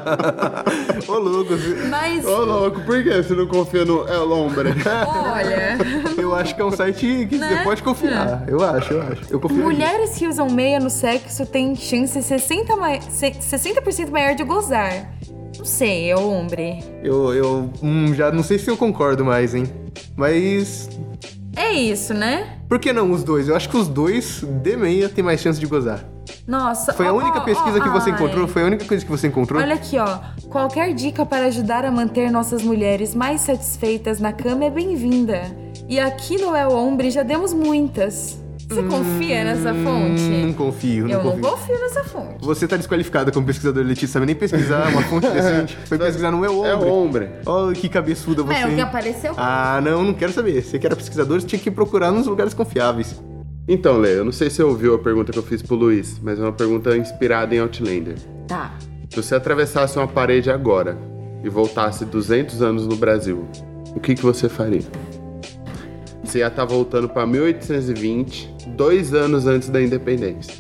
Speaker 1: Ô, loucos.
Speaker 2: Mas,
Speaker 3: Ô, louco, por que você não confia no El Hombre?
Speaker 2: olha,
Speaker 1: Eu acho que é um site que
Speaker 2: Né?
Speaker 1: você pode confiar. Eu acho, eu acho. Eu confio.
Speaker 2: mulheres que usam meia no sexo têm chance 60%, mai- se- 60 maior de gozar. Não sei, El Hombre.
Speaker 1: Eu, eu hum, já não sei se eu concordo mais, hein? Mas
Speaker 2: É isso, né?
Speaker 1: por que não os dois? Eu acho que os dois de meia tem mais chance de gozar.
Speaker 2: Nossa,
Speaker 1: Foi a
Speaker 2: ó,
Speaker 1: única
Speaker 2: ó,
Speaker 1: pesquisa
Speaker 2: ó,
Speaker 1: que você
Speaker 2: Oh, ai.
Speaker 1: encontrou? Foi a única coisa que você encontrou?
Speaker 2: Olha aqui, ó. Qualquer dica para ajudar a manter nossas mulheres mais satisfeitas na cama é bem-vinda. E aqui no El Hombre já demos muitas. Você confia nessa
Speaker 1: Não
Speaker 2: fonte?
Speaker 1: Hum, confio, não
Speaker 2: Eu
Speaker 1: confio.
Speaker 2: não confio nessa fonte.
Speaker 1: Você tá desqualificada como pesquisador, Letícia. Sabe nem pesquisar uma fonte decente. Foi pesquisar no Eu
Speaker 3: É
Speaker 1: Hombre.
Speaker 3: ombra.
Speaker 1: Olha que cabeçuda você.
Speaker 2: Mas é o que
Speaker 1: hein?
Speaker 2: apareceu.
Speaker 1: Ah, não, não quero saber. Você que era pesquisador, você tinha que procurar nos lugares confiáveis.
Speaker 3: Então, Lê, eu não sei se você ouviu a pergunta que eu fiz pro Luiz, mas é uma pergunta inspirada em Outlander.
Speaker 2: Tá.
Speaker 3: Se você atravessasse uma parede agora e voltasse 200 anos no Brasil, o que, que você faria? Você ia estar voltando pra 1820, dois anos antes da independência.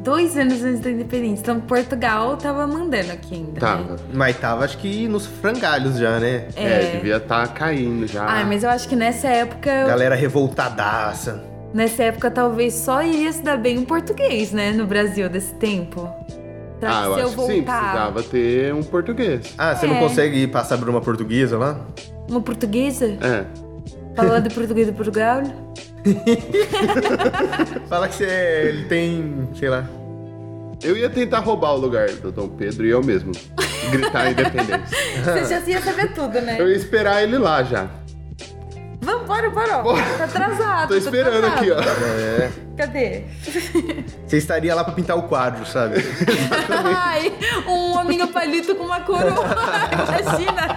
Speaker 2: Dois anos antes da independência. Então Portugal tava mandando aqui ainda. Né?
Speaker 3: Tava.
Speaker 1: Mas tava, acho que nos frangalhos já, né?
Speaker 3: É, devia estar caindo já.
Speaker 2: Ah, mas eu acho que nessa época.
Speaker 1: Galera revoltadaça.
Speaker 2: Nessa época talvez só iria se dar bem o português, né? No Brasil desse tempo. Pra
Speaker 3: Ah, eu
Speaker 2: se eu
Speaker 3: acho que sim,
Speaker 2: voltar.
Speaker 3: precisava ter um português.
Speaker 1: Ah, você
Speaker 2: É.
Speaker 1: não consegue passar por uma portuguesa lá?
Speaker 2: Uma portuguesa?
Speaker 3: É.
Speaker 2: Falando português de Portugal?
Speaker 1: Fala que você é- ele tem, sei lá.
Speaker 3: Eu ia tentar roubar o lugar do Dom Pedro e eu mesmo. Gritar a independência.
Speaker 2: Você já ia saber tudo, né?
Speaker 3: Eu ia esperar ele lá já.
Speaker 2: Vamos, bora, bora. ó. Tá atrasado.
Speaker 3: Tô esperando aqui, ó.
Speaker 2: ó. Cadê?
Speaker 1: Você estaria lá pra pintar o quadro, sabe?
Speaker 2: Ai, um homem palito com uma coroa. Imagina.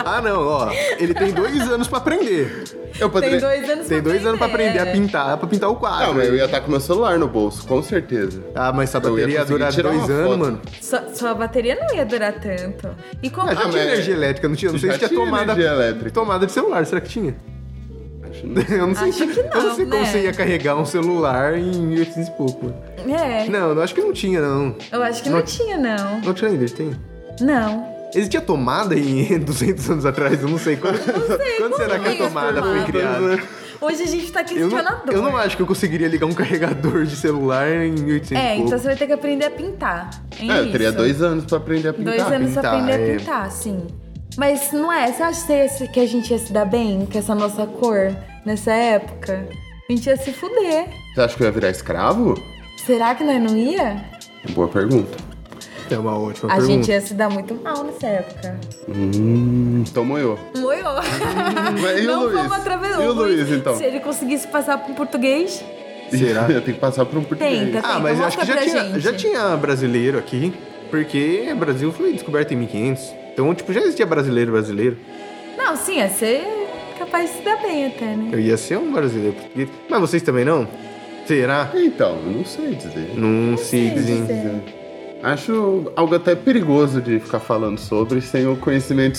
Speaker 1: ah, não, ó. Ele tem dois anos pra aprender.
Speaker 3: Eu
Speaker 2: Tem
Speaker 3: poderia.
Speaker 2: dois anos
Speaker 1: Tem
Speaker 2: pra
Speaker 1: dois anos pra aprender
Speaker 2: aprender é.
Speaker 1: a pintar, pra pintar o quadro.
Speaker 3: Não, mas eu ia estar com meu celular no bolso, com certeza.
Speaker 1: Ah, mas essa
Speaker 3: Eu ia
Speaker 1: bateria ia
Speaker 3: conseguir
Speaker 1: durar
Speaker 3: tirar
Speaker 1: dois
Speaker 3: uma
Speaker 1: anos,
Speaker 3: foto.
Speaker 1: mano.
Speaker 2: Sua, sua bateria não ia durar tanto. E como.
Speaker 1: Ah, já
Speaker 3: mas-
Speaker 1: tinha energia elétrica, não tinha? Não sei
Speaker 3: Já
Speaker 1: se tinha,
Speaker 3: tinha
Speaker 1: tomada.
Speaker 3: energia elétrica.
Speaker 1: Tomada de celular, será que tinha?
Speaker 3: Acho que não.
Speaker 1: Eu não sei,
Speaker 2: Acho que não,
Speaker 1: eu não sei como
Speaker 2: né?
Speaker 1: você ia carregar um celular em 1800 e pouco. mano.
Speaker 2: É.
Speaker 1: Não, eu acho que não tinha, não.
Speaker 2: Eu acho que não tinha, não.
Speaker 1: Não tinha ainda, tem.
Speaker 2: Não.
Speaker 1: Existia tomada em 200 anos atrás? Eu não sei quando. quando
Speaker 2: como
Speaker 1: será que a
Speaker 2: liga
Speaker 1: tomada foi
Speaker 2: tomada?
Speaker 1: criada?
Speaker 2: Hoje a gente tá
Speaker 1: Eu não,
Speaker 2: questionador.
Speaker 1: eu não acho que eu conseguiria ligar um carregador de celular em 1800
Speaker 2: É,
Speaker 1: e pouco.
Speaker 2: então você vai ter que aprender a pintar. É,
Speaker 3: É, eu
Speaker 2: isso.
Speaker 3: teria dois anos pra aprender a pintar.
Speaker 2: Dois anos pra
Speaker 1: pintar,
Speaker 2: aprender
Speaker 1: é.
Speaker 2: a pintar, sim. Mas não é? Você acha que esse- que a gente ia se dar bem com essa nossa cor nessa época? A gente ia se fuder.
Speaker 3: Você acha que eu ia virar escravo?
Speaker 2: Será que nós não ia?
Speaker 3: Boa pergunta.
Speaker 1: É uma ótima
Speaker 2: então a
Speaker 1: pergunta.
Speaker 2: gente ia se dar muito mal nessa época.
Speaker 3: Hum, tomou eu.
Speaker 2: Moiou.
Speaker 3: Mas e o
Speaker 2: não
Speaker 3: Luiz?
Speaker 2: vamos atravessar.
Speaker 3: E o Luiz, então?
Speaker 2: Se ele conseguisse passar por um português,
Speaker 1: Será?
Speaker 3: Eu tenho que passar por um português.
Speaker 2: Tenta.
Speaker 1: Ah, mas eu
Speaker 2: é- Então
Speaker 1: acho que
Speaker 2: mostra
Speaker 1: já
Speaker 2: pra
Speaker 1: tinha,
Speaker 2: gente.
Speaker 1: já tinha brasileiro aqui, porque o Brasil foi descoberto em 1500. Então, tipo, já existia brasileiro brasileiro.
Speaker 2: não, sim, ia ser capaz de se dar bem até, né?
Speaker 1: Eu ia ser um brasileiro português. Mas vocês também não? Será?
Speaker 3: Então, eu não sei dizer.
Speaker 1: Não sei, dizem.
Speaker 3: Acho algo até perigoso de ficar falando sobre sem o conhecimento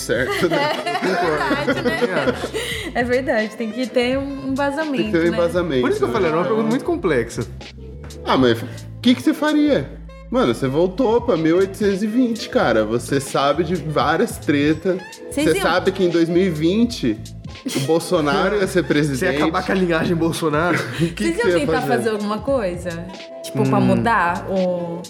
Speaker 3: certo. Né?
Speaker 2: É, Verdade, né? É verdade, tem que ter um embasamento.
Speaker 3: Tem que ter um
Speaker 2: né?
Speaker 3: embasamento.
Speaker 1: Por isso que eu
Speaker 3: né?
Speaker 1: falei, era uma pergunta muito complexa.
Speaker 3: Ah, mas o que, que você faria? Mano, você voltou pra 1820, cara. Você sabe de várias tretas.
Speaker 2: Vocês
Speaker 3: Você
Speaker 2: iam-
Speaker 3: sabe que em 2020 o Bolsonaro ia ser presidente.
Speaker 1: Você ia acabar com a linhagem Bolsonaro?
Speaker 2: Vocês
Speaker 3: que que
Speaker 2: iam
Speaker 3: você ia
Speaker 2: tentar
Speaker 3: fazer?
Speaker 2: fazer? alguma coisa? Tipo, pra mudar o.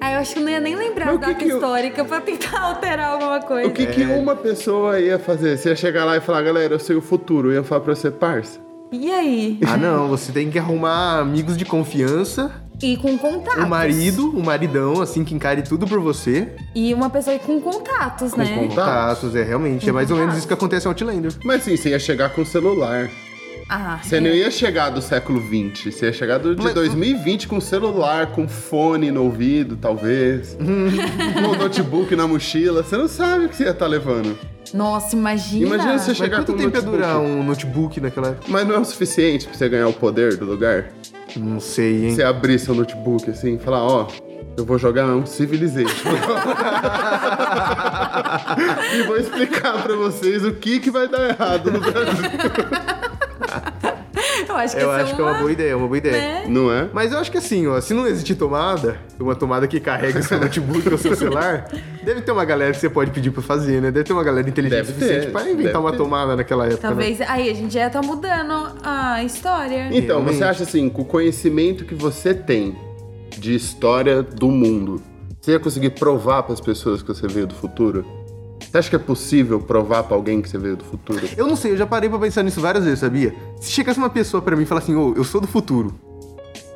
Speaker 2: Ah, eu acho que eu não ia nem lembrar
Speaker 3: Hum. Mas o
Speaker 2: a
Speaker 3: que
Speaker 2: data
Speaker 3: que eu-
Speaker 2: histórica pra tentar alterar alguma coisa.
Speaker 3: O que,
Speaker 1: É.
Speaker 3: que uma pessoa ia fazer? Você ia chegar lá e falar, galera, eu sei o futuro. Eu ia falar pra você, parça.
Speaker 2: E aí?
Speaker 1: ah, não, você tem que arrumar amigos de confiança,
Speaker 2: E com contatos.
Speaker 3: Ah,
Speaker 1: um marido, um maridão, assim, que encare tudo por você.
Speaker 2: E uma pessoa com contatos, né?
Speaker 3: contatos.
Speaker 1: Contatos, é, realmente. É mais ou menos
Speaker 2: Contatos.
Speaker 1: isso que acontece em Outlander.
Speaker 3: Mas sim, você ia chegar com o celular.
Speaker 2: Ah,
Speaker 3: Você não ia chegar do século 20. Você ia chegar do, de 2020 com celular, com fone no ouvido, talvez. com notebook na mochila. Você não sabe o que você ia estar levando.
Speaker 2: nossa, imagina.
Speaker 3: Imagina você
Speaker 1: Mas
Speaker 3: chegar com
Speaker 1: quanto
Speaker 3: um
Speaker 1: tempo ia
Speaker 3: notebook.
Speaker 1: durar um notebook naquela época?
Speaker 3: Mas não é o suficiente pra você ganhar o poder do lugar?
Speaker 1: Não sei, hein?
Speaker 3: Você abrir seu notebook assim e falar, ó, eu vou jogar um Civilization. e vou explicar pra vocês o que, que vai dar errado no Brasil.
Speaker 2: Eu acho que
Speaker 1: Eu
Speaker 2: essa
Speaker 1: acho que é uma boa ideia, é uma boa ideia.
Speaker 2: um né?
Speaker 3: Não é?
Speaker 1: Mas eu acho que assim, ó, se não existir tomada, uma tomada que carrega o seu notebook ou seu celular, deve ter uma galera que você pode pedir pra fazer, né? Deve ter uma galera inteligente o
Speaker 3: Deve
Speaker 1: suficiente
Speaker 3: ter,
Speaker 1: pra inventar
Speaker 3: deve
Speaker 1: uma
Speaker 3: ter.
Speaker 1: tomada naquela época. Né?
Speaker 2: Talvez. Aí a gente já tá mudando a história.
Speaker 3: Então,
Speaker 1: Realmente.
Speaker 3: você acha assim, com o conhecimento que você tem de história do mundo, você ia conseguir provar pras pessoas que você veio do futuro? Você acha que é possível provar pra alguém que você veio do futuro?
Speaker 1: Eu não sei, eu já parei pra pensar nisso várias vezes, sabia? Se chegasse uma pessoa pra mim e falasse assim, ô, eu sou do futuro.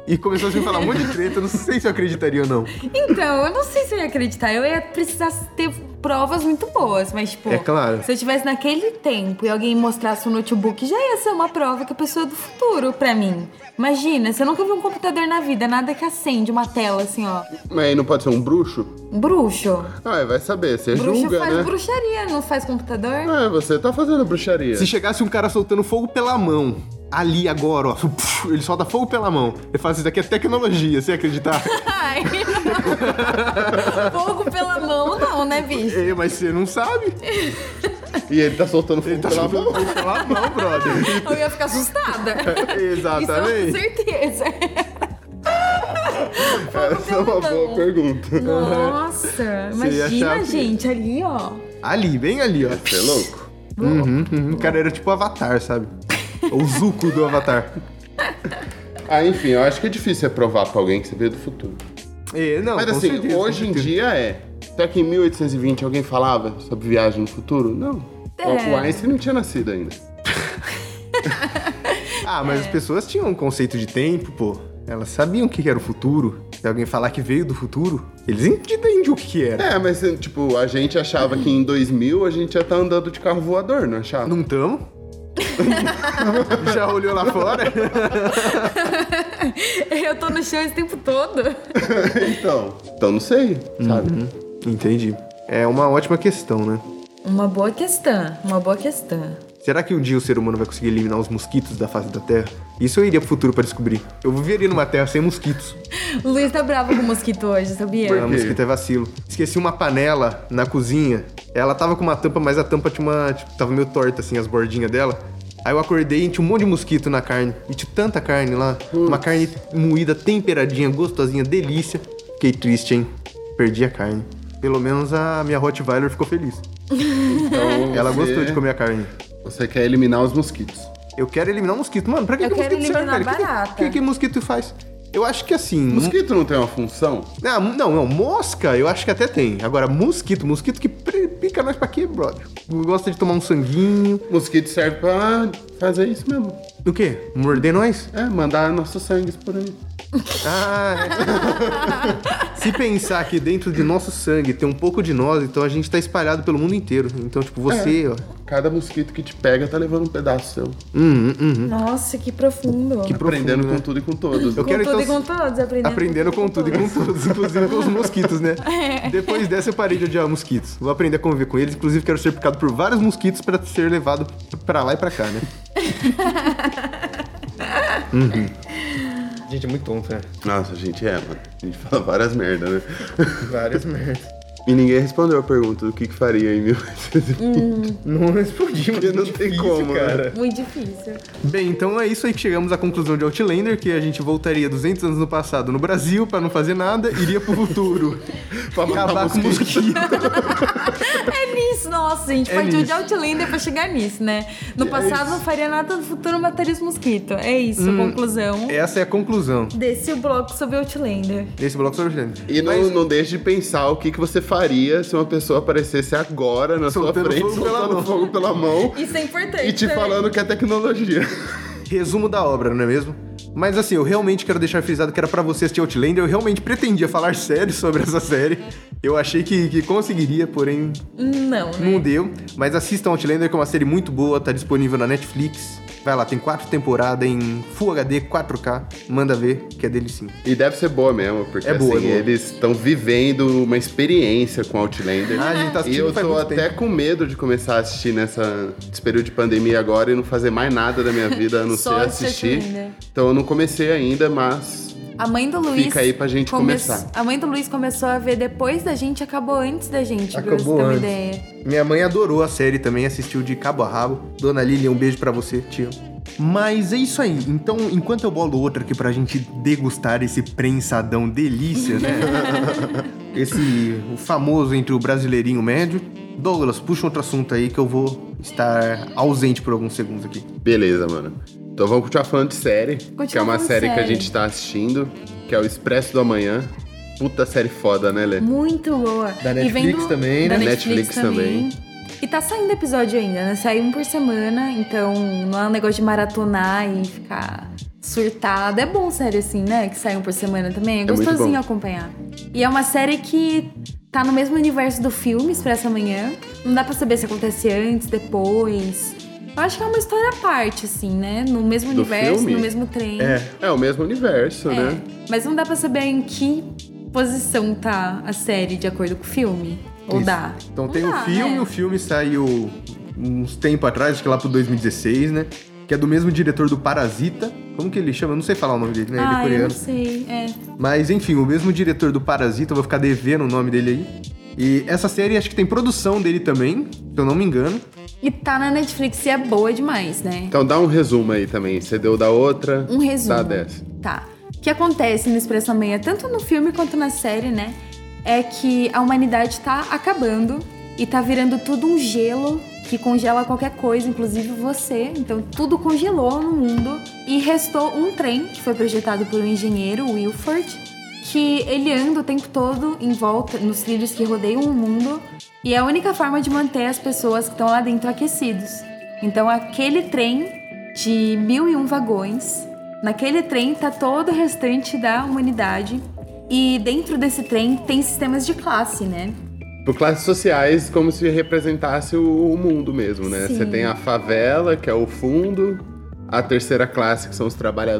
Speaker 1: E começou a se falar muito de treta, eu não sei se eu acreditaria ou não.
Speaker 2: Então, eu não sei se eu ia acreditar. Eu ia precisar ter provas muito boas, mas, tipo,
Speaker 1: É claro.
Speaker 2: se eu tivesse naquele tempo e alguém mostrasse um notebook, já ia ser uma prova que a pessoa é do futuro pra mim. Imagina, você nunca viu um computador na vida, nada que acende uma tela assim, ó.
Speaker 3: Mas aí não pode ser um bruxo?
Speaker 2: Um bruxo.
Speaker 3: Ah, vai saber, você
Speaker 2: bruxo
Speaker 3: julga,
Speaker 2: faz
Speaker 3: né?
Speaker 2: bruxaria, não faz computador?
Speaker 3: Ah, você tá fazendo bruxaria.
Speaker 1: Se chegasse um cara soltando fogo pela mão, ali agora, ó, ele solta fogo pela mão. Ele fala, isso daqui é tecnologia, você ia acreditar?
Speaker 2: Ai, não. Fogo pela mão, não, né, bicho?
Speaker 1: É, mas você não sabe.
Speaker 3: E ele tá soltando fogo
Speaker 1: Ele tá
Speaker 3: pela
Speaker 1: soltando
Speaker 3: mão.
Speaker 1: fogo pela mão, brother.
Speaker 2: Eu ia ficar assustada.
Speaker 1: Ah, tá
Speaker 2: Isso, com
Speaker 1: Exatamente.
Speaker 2: certeza.
Speaker 3: Essa é uma
Speaker 2: pela mão.
Speaker 3: boa pergunta.
Speaker 2: Nossa,
Speaker 1: ia
Speaker 2: imagina,
Speaker 1: achar-
Speaker 2: gente, ali, ó.
Speaker 1: Ali, bem ali, ó.
Speaker 3: Você é louco?
Speaker 1: Uhum, uhum. O cara era tipo o Avatar, sabe? O Zuko do Avatar.
Speaker 3: Ah, enfim, eu acho que é difícil reprovar pra alguém que você veio do futuro.
Speaker 1: É, não,
Speaker 3: Mas
Speaker 1: com
Speaker 3: assim,
Speaker 1: certeza, com
Speaker 3: hoje em
Speaker 1: certeza.
Speaker 3: dia é. Será que em 1820 alguém falava sobre viagem no futuro? Não.
Speaker 2: É.
Speaker 3: O Einstein não tinha nascido ainda.
Speaker 1: Ah, mas as pessoas tinham um conceito de tempo, pô. Elas sabiam o que era o futuro. Se alguém falar que veio do futuro, eles entendem o que que era.
Speaker 3: É, mas tipo, a gente achava que em 2000 a gente ia estar andando de carro voador, não achava?
Speaker 1: É, Não tamo? Já olhou lá fora?
Speaker 2: Eu tô no chão esse tempo todo.
Speaker 3: Então, então não sei, sabe?
Speaker 1: Entendi. É uma ótima questão, né?
Speaker 2: Uma boa questão, uma boa questão.
Speaker 1: Será que um dia o ser humano vai conseguir eliminar os mosquitos da face da Terra? Isso eu iria pro futuro pra descobrir. Eu viveria numa Terra sem mosquitos.
Speaker 2: O Luiz tá bravo com o mosquito hoje, sabia?
Speaker 1: A mosquito é vacilo. Esqueci uma panela na cozinha. Ela tava com uma tampa, mas a tampa tinha uma. Tipo, tava meio torta, assim, as bordinhas dela. Aí eu acordei e tinha um monte de mosquito na carne. E tinha tanta carne lá. Uma carne moída, temperadinha, gostosinha, delícia. Fiquei triste, hein? Perdi a carne. Pelo menos a minha Rottweiler ficou feliz.
Speaker 3: Então,
Speaker 1: Uhum. Ela
Speaker 3: você-
Speaker 1: gostou de comer a carne.
Speaker 3: Você quer eliminar os mosquitos.
Speaker 1: Eu quero eliminar um mosquito. Mano, pra que,
Speaker 2: Eu
Speaker 1: que
Speaker 2: quero
Speaker 1: mosquito serve,
Speaker 2: eliminar
Speaker 1: velho? Que que-
Speaker 2: barata.
Speaker 1: Que, que mosquito faz? Eu acho que assim.
Speaker 3: Mosquito não tem uma função?
Speaker 1: Ah, não, não, mosca eu acho que até tem. Agora, mosquito, mosquito que pre- pica nós pra quê, brother? Gosta de tomar um sanguinho.
Speaker 3: Mosquito serve pra fazer isso mesmo.
Speaker 1: O quê? Morder nós?
Speaker 3: É, mandar nossos sangues por aí.
Speaker 1: Ah, é. Se pensar que dentro de nosso sangue tem um pouco de nós, então a gente tá espalhado pelo mundo inteiro. Então, tipo,
Speaker 3: É.
Speaker 1: você, ó.
Speaker 3: Cada mosquito que te pega tá levando um pedaço seu.
Speaker 1: Hum, hum, hum.
Speaker 2: Nossa, que profundo.
Speaker 1: Que
Speaker 3: Aprendendo
Speaker 1: profundo, né?
Speaker 3: com tudo e com todos.
Speaker 1: Eu
Speaker 2: com
Speaker 1: quero,
Speaker 2: tudo
Speaker 1: então,
Speaker 2: e com todos, aprendendo.
Speaker 1: Aprendendo com tudo e com todos, inclusive com os mosquitos, né? Depois dessa eu parei de odiar mosquitos. Vou aprender a conviver com eles, inclusive quero ser picado por vários mosquitos pra ser levado pra lá e pra cá, né? uhum. Gente, é muito tonto, né?
Speaker 3: Nossa, gente, é, mano. A gente fala várias merda, né?
Speaker 1: Várias merdas.
Speaker 3: E ninguém respondeu a pergunta do que, que faria em 1820.
Speaker 1: Não respondi, mas é
Speaker 3: Não tem como, né?
Speaker 2: Muito difícil.
Speaker 1: Bem, então é isso aí que chegamos à conclusão de Outlander, que a gente voltaria 200 anos no passado no Brasil pra não fazer nada, iria pro futuro. pra
Speaker 3: matar
Speaker 1: acabar com
Speaker 3: mosquito.
Speaker 1: mosquito.
Speaker 2: É nisso, nossa, gente.
Speaker 1: É
Speaker 2: partiu
Speaker 1: nisso. É
Speaker 2: de Outlander pra chegar nisso, né? No passado não faria nada, no futuro mataria os mosquitos. É isso, conclusão
Speaker 1: Essa Hum. é a conclusão
Speaker 2: desse o bloco sobre Outlander.
Speaker 1: desse bloco sobre Outlander.
Speaker 3: E não, não deixe de pensar o que, que você faria se uma pessoa aparecesse agora na
Speaker 1: Soltando
Speaker 3: sua frente,
Speaker 1: fogo pela
Speaker 3: soltando
Speaker 1: mão.
Speaker 3: fogo pela mão
Speaker 2: Isso é importante.
Speaker 3: e te
Speaker 2: também.
Speaker 3: falando que é tecnologia.
Speaker 1: resumo da obra, não é mesmo? Mas assim, eu realmente quero deixar frisado que era pra você assistir Outlander. Eu realmente pretendia falar sério sobre essa série. Eu achei que, que conseguiria, porém
Speaker 2: Não, né?
Speaker 1: não deu. Mas assistam Outlander, que é uma série muito boa, tá disponível na Netflix. Vai lá, tem quatro temporadas em Full HD 4K. Manda ver, que é dele sim.
Speaker 3: E deve ser boa mesmo, porque
Speaker 1: É boa,
Speaker 3: assim,
Speaker 1: é boa.
Speaker 3: eles estão vivendo uma experiência com Outlander.
Speaker 1: Ah, a gente tá
Speaker 3: e
Speaker 1: assistindo
Speaker 3: eu
Speaker 1: faz
Speaker 3: tô
Speaker 1: muito
Speaker 3: até
Speaker 1: tempo.
Speaker 3: com medo de começar a assistir nessa esse período de pandemia agora e não fazer mais nada da minha vida a não ser
Speaker 2: Só né? assistir
Speaker 3: assistir.
Speaker 2: Outlander.
Speaker 3: Então eu não comecei ainda, mas
Speaker 2: A mãe do Luiz.
Speaker 3: Fica aí pra gente
Speaker 2: come-
Speaker 3: começar.
Speaker 2: A mãe do Luiz começou a ver depois da gente, acabou antes da gente, pra você
Speaker 1: Acabou
Speaker 2: ter uma
Speaker 1: antes.
Speaker 2: ideia.
Speaker 1: Minha mãe adorou a série também, assistiu de cabo a rabo. Dona Lilian, um beijo pra você, te amo. Mas é isso aí. Então, enquanto eu bolo outra aqui pra gente degustar esse prensadão delícia, né? esse o famoso entre o brasileirinho médio. Douglas, puxa outro assunto aí que eu vou estar ausente por alguns segundos aqui.
Speaker 3: Beleza, mano. Então vamos continuar falando de série, que é uma
Speaker 2: falando de
Speaker 3: série que a
Speaker 2: série.
Speaker 3: gente tá assistindo, que é o Expresso do Amanhã. Puta série foda, né, Lê?
Speaker 2: Muito boa.
Speaker 1: Da Netflix também,
Speaker 2: da
Speaker 1: né?
Speaker 2: Netflix,
Speaker 3: Netflix
Speaker 2: também.
Speaker 3: também.
Speaker 2: E tá saindo episódio ainda, né? Sai um por semana, então não é um negócio de maratonar e ficar surtado. É bom série assim, né? Que sai um por semana também. É
Speaker 3: muito
Speaker 2: gostosinho
Speaker 3: bom.
Speaker 2: acompanhar. E é uma série que tá no mesmo universo do filme Expresso Amanhã. Não dá pra saber se acontece antes, depois. Eu acho que é uma história à parte, assim, né? No mesmo
Speaker 3: Do
Speaker 2: universo,
Speaker 3: filme?
Speaker 2: no mesmo trem.
Speaker 3: É o mesmo universo,
Speaker 2: É,
Speaker 3: né?
Speaker 2: Mas não dá pra saber em que posição tá a série de acordo com o filme. Ou
Speaker 1: Isso.
Speaker 2: dá.
Speaker 1: Então
Speaker 2: Não
Speaker 1: tem o
Speaker 2: dá,
Speaker 1: filme,
Speaker 2: né?
Speaker 1: o filme saiu uns tempo atrás, acho que lá pro 2016, né? Que é do mesmo diretor do Parasita. Como que ele chama? Eu não sei falar o nome dele, né? Ele é
Speaker 2: Ah, eu não
Speaker 1: coreano.
Speaker 2: sei. É.
Speaker 1: Mas enfim, o mesmo diretor do Parasita, eu vou ficar devendo o nome dele aí. E essa série acho que tem produção dele também, se eu não me engano.
Speaker 2: E tá na Netflix e é boa demais, né?
Speaker 1: Tá.
Speaker 3: Então dá um resumo aí também. Você deu da outra.
Speaker 2: Um resumo.
Speaker 3: Dá dessa.
Speaker 2: Tá. O que acontece no Expresso Amanhã, tanto no filme quanto na série, né? É que a humanidade tá acabando e tá virando tudo um gelo que congela qualquer coisa, inclusive você. Então tudo congelou no mundo. E restou um trem que foi projetado por um engenheiro, o Wilford, que ele anda o tempo todo em volta nos trilhos que rodeiam o mundo e é a única forma de manter as pessoas que estão lá dentro aquecidos. Então aquele trem de mil e um vagões, naquele trem tá todo o restante da humanidade e dentro desse trem tem sistemas de classe, né?
Speaker 3: Por classes sociais, como se representasse o, o mundo mesmo, né?
Speaker 2: Sim.
Speaker 3: Você tem a favela, que é o fundo. A terceira classe, que são os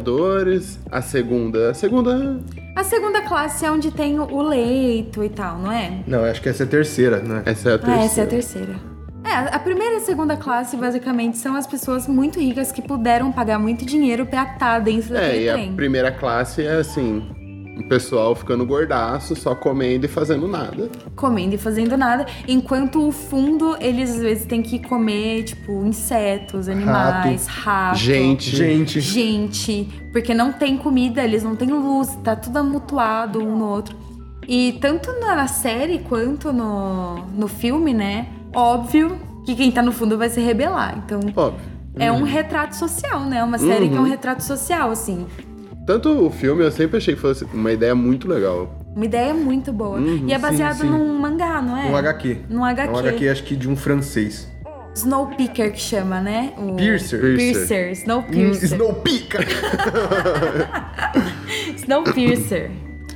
Speaker 3: trabalhadores. A segunda. A segunda.
Speaker 2: A segunda classe é onde tem o leito e tal, não é?
Speaker 1: Não, acho que essa é a terceira, né?
Speaker 3: Essa é a terceira.
Speaker 2: Ah, essa é a terceira. É, a primeira e a segunda classe, basicamente, são as pessoas muito ricas que puderam pagar muito dinheiro pra estar dentro
Speaker 3: É,
Speaker 2: daquele
Speaker 3: e a
Speaker 2: trem.
Speaker 3: primeira classe é assim. O pessoal ficando gordaço, só comendo e fazendo nada.
Speaker 2: Comendo e fazendo nada. Enquanto o fundo, eles às vezes têm que comer, tipo, insetos, animais,
Speaker 3: Ah,
Speaker 2: rato.
Speaker 3: Gente.
Speaker 1: Gente.
Speaker 2: Gente, porque não tem comida, eles não têm luz, tá tudo amutuado um no outro. E tanto na série quanto no, no filme, né? Óbvio que quem tá no fundo vai se rebelar. Então,
Speaker 3: Óbvio.
Speaker 2: É
Speaker 1: Uhum.
Speaker 2: um retrato social, né? Uma série que é um retrato social, assim.
Speaker 3: Tanto o filme, eu sempre achei que fosse uma ideia muito legal.
Speaker 2: Uma ideia muito boa. e é baseado
Speaker 1: Uhum, sim.
Speaker 2: num mangá, não é?
Speaker 1: Um HQ.
Speaker 2: Num HQ.
Speaker 1: É um HQ, acho que de um francês.
Speaker 2: Snowpicker que chama, né? O...
Speaker 1: Piercer. Uhum,
Speaker 2: Piercer.
Speaker 1: Hum,
Speaker 2: Snowpiercer.
Speaker 1: Snowpeak!
Speaker 2: Snowpiercer.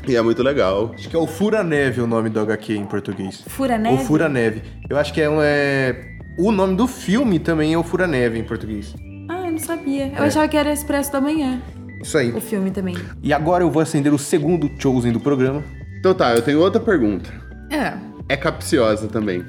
Speaker 3: E é muito legal.
Speaker 1: Acho que é o Fura Neve o nome do HQ em português.
Speaker 2: Fura Neve?
Speaker 1: O Fura Neve. Eu acho que é um. É... O nome do filme também é o Fura Neve em português.
Speaker 2: Ah, eu não sabia.
Speaker 1: É.
Speaker 2: Eu achava que era Expresso da Manhã,
Speaker 1: Isso aí.
Speaker 2: o filme também.
Speaker 1: E agora eu vou acender o segundo Chosen do programa.
Speaker 3: Então tá, eu tenho outra pergunta.
Speaker 2: É.
Speaker 3: É capciosa também.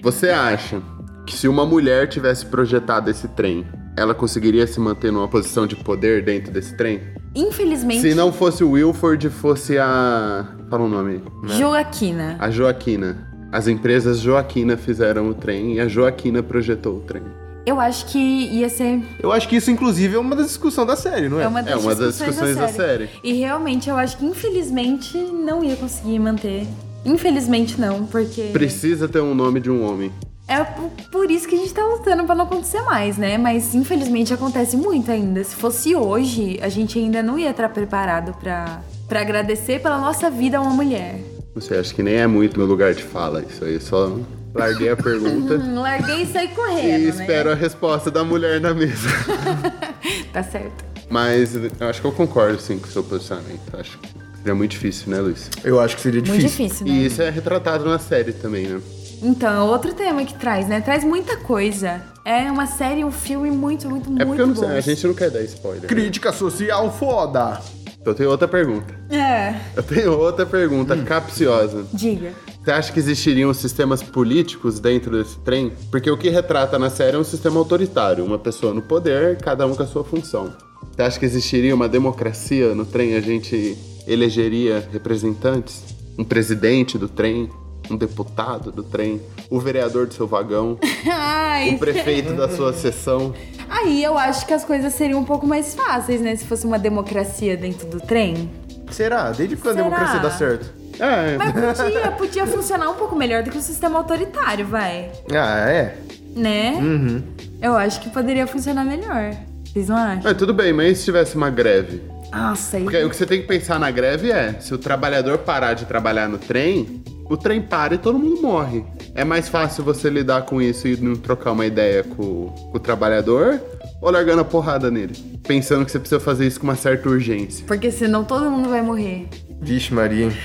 Speaker 3: Você acha que se uma mulher tivesse projetado esse trem, ela conseguiria se manter numa posição de poder dentro desse trem?
Speaker 2: Infelizmente,
Speaker 3: Se não fosse o Wilford, fosse a. Fala o nome.
Speaker 2: Joaquina.
Speaker 3: A Joaquina. As empresas Joaquina fizeram o trem e a Joaquina projetou o trem.
Speaker 2: Eu acho que ia ser
Speaker 1: Eu acho que isso, inclusive, é uma das discussões da série, não é?
Speaker 2: É uma das,
Speaker 3: É uma das discussões da série.
Speaker 2: E realmente, eu acho que infelizmente não ia conseguir manter. Infelizmente não, porque
Speaker 3: Precisa ter um nome de um homem.
Speaker 2: é p- por isso que a gente tá lutando pra não acontecer mais, né? Mas infelizmente acontece muito ainda. Se fosse hoje, a gente ainda não ia estar preparado pra para agradecer pela nossa vida a uma mulher.
Speaker 3: Não sei, acho que nem é muito meu lugar de fala isso aí. Só larguei a pergunta
Speaker 2: Hum, larguei isso aí
Speaker 3: e
Speaker 2: correndo,
Speaker 3: espero a resposta da mulher na mesa.
Speaker 2: né? Tá certo.
Speaker 3: Mas eu acho que eu concordo, sim, com o seu posicionamento. Acho que seria muito difícil, né, Luiz?
Speaker 2: É
Speaker 1: Eu acho que seria
Speaker 2: Muito
Speaker 1: difícil.
Speaker 2: difícil, né?
Speaker 3: E isso é retratado na série também, né?
Speaker 2: Então, é outro tema que traz, né? Traz muita coisa. É uma série, um filme muito, muito,
Speaker 3: É porque
Speaker 2: muito
Speaker 3: eu não
Speaker 2: bom.
Speaker 3: sei, a gente não quer dar spoiler. né?
Speaker 1: Crítica social foda!
Speaker 3: Então Eu tenho outra pergunta.
Speaker 2: É,
Speaker 3: Eu tenho outra pergunta
Speaker 2: Hum.
Speaker 3: capciosa.
Speaker 2: diga.
Speaker 3: Você acha que existiriam sistemas políticos dentro desse trem? Porque o que retrata na série é um sistema autoritário, uma pessoa no poder, cada um com a sua função. Você acha que existiria uma democracia no trem? A gente elegeria representantes? Um presidente do trem? Um deputado do trem? O vereador do seu vagão?
Speaker 2: Ai,
Speaker 3: O prefeito da sua seção?
Speaker 2: aí eu acho que as coisas seriam um pouco mais fáceis, né? Se fosse uma democracia dentro do trem.
Speaker 1: Será? Desde quando a
Speaker 2: Será?
Speaker 1: democracia dá certo?
Speaker 3: É,
Speaker 2: Mas podia, podia funcionar um pouco melhor do que o sistema autoritário, vai.
Speaker 1: Ah, é?
Speaker 2: Né?
Speaker 3: Uhum.
Speaker 2: Eu acho que poderia funcionar melhor. Vocês não acham?
Speaker 3: mas É, tudo bem, mas e se tivesse uma greve?
Speaker 2: Nossa, aí.
Speaker 3: Porque aí o que você tem que pensar na greve é: se o trabalhador parar de trabalhar no trem, o trem para e todo mundo morre. É mais fácil você lidar com isso e não trocar uma ideia com, com o trabalhador ou largando a porrada nele? Pensando que você precisa fazer isso com uma certa urgência.
Speaker 2: Porque senão todo mundo vai morrer.
Speaker 1: Vixe, Maria, hein?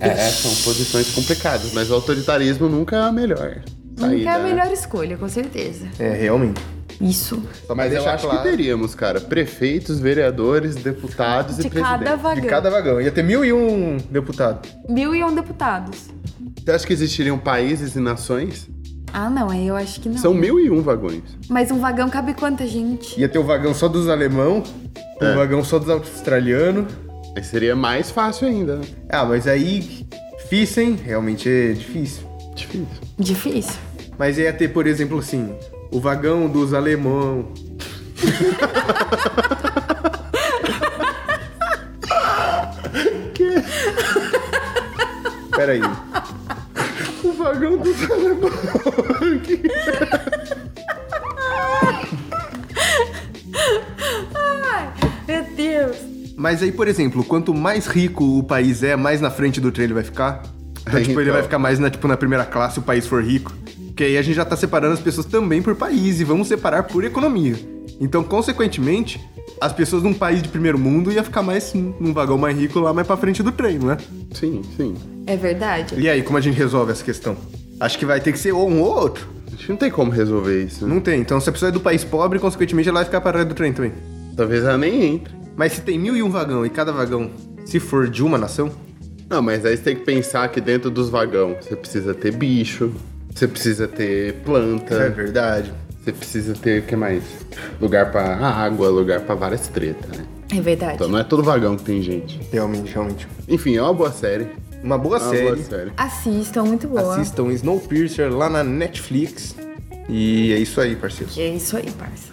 Speaker 3: É, é, são posições complicadas, mas o autoritarismo nunca é a melhor.
Speaker 2: Nunca é a
Speaker 3: saída, né?
Speaker 2: melhor escolha, com certeza.
Speaker 1: É, realmente.
Speaker 2: Isso.
Speaker 3: Só pra
Speaker 1: Mas eu
Speaker 3: deixar
Speaker 1: acho
Speaker 3: claro.
Speaker 1: que
Speaker 3: teríamos, cara, prefeitos, vereadores, deputados
Speaker 2: De
Speaker 3: e presidentes.
Speaker 2: cada vagão.
Speaker 1: De cada vagão. Ia ter mil e um deputado.
Speaker 2: Mil e um deputados.
Speaker 3: Você acha que existiriam países e nações?
Speaker 2: Ah, não, aí eu acho que não.
Speaker 3: São mil e um vagões.
Speaker 2: Mas um vagão cabe quanta gente?
Speaker 1: Ia ter o vagão só dos alemão, o vagão só dos australianos.
Speaker 3: Aí seria mais fácil ainda, né?
Speaker 1: Ah, mas aí... Difícil, hein? Realmente é difícil.
Speaker 3: Difícil.
Speaker 2: Difícil.
Speaker 1: Mas ia ter, por exemplo, assim, o vagão dos alemão. que? Peraí.
Speaker 3: O vagão do
Speaker 1: tá
Speaker 3: Telemão.
Speaker 2: Ai, meu Deus.
Speaker 1: Mas aí, por exemplo, quanto mais rico o país é, mais na frente do trem ele vai ficar. Então,
Speaker 3: Aí,
Speaker 1: tipo, ele
Speaker 3: então.
Speaker 1: vai ficar mais na, tipo, na primeira classe se o país for rico. Porque aí a gente já tá separando as pessoas também por país e vamos separar por economia. Então, consequentemente, as pessoas num país de primeiro mundo ia ficar mais num vagão mais rico lá mais pra frente do trem, não é?
Speaker 3: Sim, sim.
Speaker 2: É verdade.
Speaker 1: E aí, como a gente resolve essa questão? Acho que vai ter que ser ou um ou outro.
Speaker 3: Acho que não tem como resolver isso. né?
Speaker 1: Não tem. Então, se a pessoa é do país pobre, consequentemente ela vai ficar parada do trem também.
Speaker 3: Talvez ela nem entre.
Speaker 1: Mas se tem mil e um vagão e cada vagão, se for de uma nação,
Speaker 3: Não, mas aí você tem que pensar que dentro dos vagão você precisa ter bicho, você precisa ter planta,
Speaker 1: é verdade.
Speaker 3: você precisa ter o que mais? Lugar pra água, lugar pra várias tretas, né?
Speaker 2: É verdade.
Speaker 3: Então não é todo vagão que tem gente.
Speaker 1: Realmente, realmente.
Speaker 3: Enfim, é uma boa série.
Speaker 1: Uma boa
Speaker 3: É uma
Speaker 1: série.
Speaker 3: boa série.
Speaker 2: Assistam, muito boa.
Speaker 1: Assistam Snowpiercer lá na Netflix. E é isso aí, parceiros.
Speaker 2: É isso aí, parça.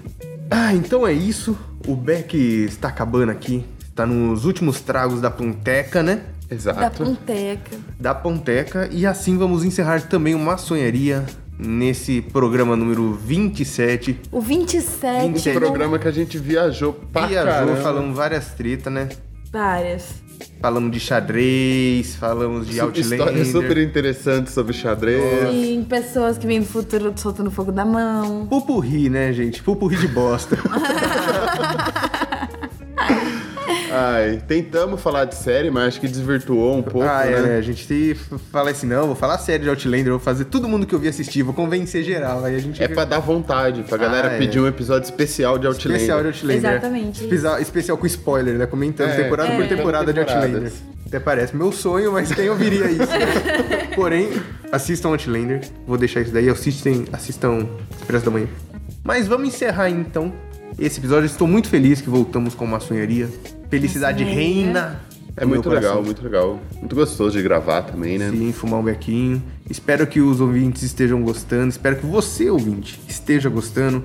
Speaker 1: Ah, então é isso. O Beck está acabando aqui. Está nos últimos tragos da Ponteca, né?
Speaker 2: Da
Speaker 3: Exato.
Speaker 2: Ponteca.
Speaker 1: Da Ponteca. E assim vamos encerrar também uma sonharia nesse programa número 27.
Speaker 2: O 27.
Speaker 1: Vinte e
Speaker 3: Um
Speaker 1: sete.
Speaker 2: não-
Speaker 3: programa que a gente viajou pra
Speaker 1: Viajou,
Speaker 3: caramba.
Speaker 1: falamos várias tretas, né?
Speaker 2: Várias.
Speaker 1: Falamos de xadrez, falamos de Outlander.
Speaker 3: História super interessante sobre
Speaker 1: É.
Speaker 3: xadrez.
Speaker 2: Sim, pessoas que vêm do futuro soltando fogo da mão.
Speaker 1: Pupurri, né, gente? Pupurri de bosta.
Speaker 3: Um Ai, tentamos falar de série, mas acho que desvirtuou um pouco,
Speaker 1: ah, é,
Speaker 3: né?
Speaker 1: né? A gente se f- fala assim, não, vou falar sério de Outlander, vou fazer todo mundo que eu vi assistir, vou convencer geral. Aí a gente
Speaker 3: É pra dar vontade, pra galera
Speaker 1: Ah, é.
Speaker 3: pedir um episódio especial de Outlander.
Speaker 1: especial de Outlander.
Speaker 2: Exatamente.
Speaker 1: Especial, especial com spoiler, né? Comentando
Speaker 3: É,
Speaker 1: temporada por
Speaker 3: é.
Speaker 1: temporada de
Speaker 3: temporadas.
Speaker 1: Outlander. Até parece meu sonho, mas quem ouviria isso? né? Porém, assistam Outlander. Vou deixar isso daí. Assistem, assistam Expresso da Manhã. Mas vamos encerrar então esse episódio. Estou muito feliz que voltamos com uma sonharia. Felicidade
Speaker 2: Maçonharia.
Speaker 1: reina.
Speaker 3: É
Speaker 1: no meu
Speaker 3: muito
Speaker 1: coração.
Speaker 3: legal, muito legal. Muito gostoso de gravar também, né?
Speaker 1: Sim, fumar um bequinho. Espero que os ouvintes estejam gostando. Espero que você, ouvinte, esteja gostando.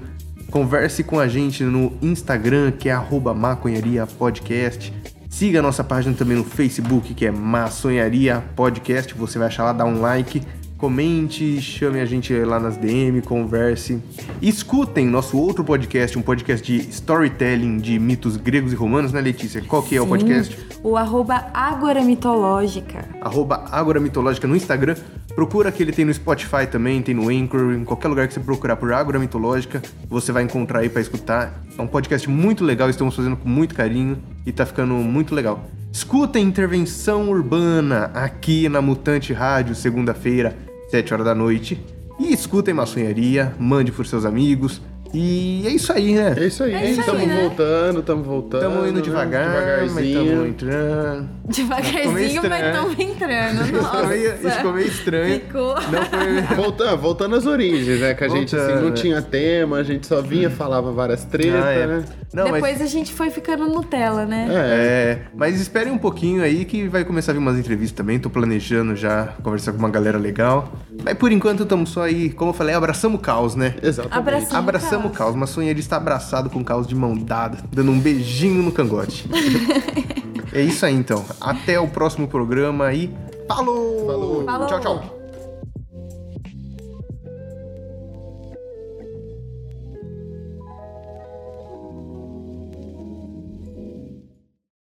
Speaker 1: Converse com a gente no Instagram, que é arroba maconharia podcast. Siga a nossa página também no Facebook, que é Maçonharia Podcast. Você vai achar lá, dá um like. Comente, chame a gente lá nas DM, converse. Escutem nosso outro podcast, um podcast de storytelling de mitos gregos e romanos, né, Letícia? Qual que é o
Speaker 2: Sim,
Speaker 1: podcast?
Speaker 2: O arroba Ágora Mitológica.
Speaker 1: arroba Agora Mitológica no Instagram. Procura que ele tem no Spotify também, tem no Anchor, em qualquer lugar que você procurar por Agora Mitológica, você vai encontrar aí pra escutar. É um podcast muito legal, estamos fazendo com muito carinho e tá ficando muito legal. Escutem Intervenção Urbana aqui na Mutante Rádio, segunda-feira, 7 horas da noite. E escutem Maçonharia, mande pros seus amigos. E é isso aí, né?
Speaker 3: É isso aí,
Speaker 2: É isso aí,
Speaker 3: estamos
Speaker 2: né?
Speaker 3: voltando, estamos voltando.
Speaker 1: Estamos indo
Speaker 3: né?
Speaker 1: devagar, mas estamos
Speaker 3: devagarzinho.
Speaker 1: entrando. Ficou meio Tá estranho, Ficou
Speaker 2: Devagarzinho, mas estamos entrando. Nossa.
Speaker 1: meio- Ficou meio estranho.
Speaker 2: Ficou.
Speaker 1: Não foi...
Speaker 3: Voltando, voltando às origens, né? Que a gente assim,
Speaker 1: Voltando,
Speaker 3: não
Speaker 1: né?
Speaker 3: tinha tema, a gente só vinha, falava várias tretas,
Speaker 1: Ah, é.
Speaker 3: né?
Speaker 1: Não,
Speaker 2: Depois
Speaker 1: mas.
Speaker 2: a gente foi ficando Nutella, né?
Speaker 3: É,
Speaker 1: É, mas esperem um pouquinho aí que vai começar a vir umas entrevistas também. Tô planejando já conversar com uma galera legal. Mas por enquanto estamos só aí, como eu falei, abraçamos o caos, né?
Speaker 3: exatamente.
Speaker 2: Abraçamos. Sim,
Speaker 1: abraçamos o
Speaker 2: caos.
Speaker 1: caos. Uma sonha está abraçado com o caos de mão dada, dando um beijinho no cangote. é isso aí então. Até o próximo programa e falou!
Speaker 3: Falou!
Speaker 2: Falou!
Speaker 1: Tchau, tchau!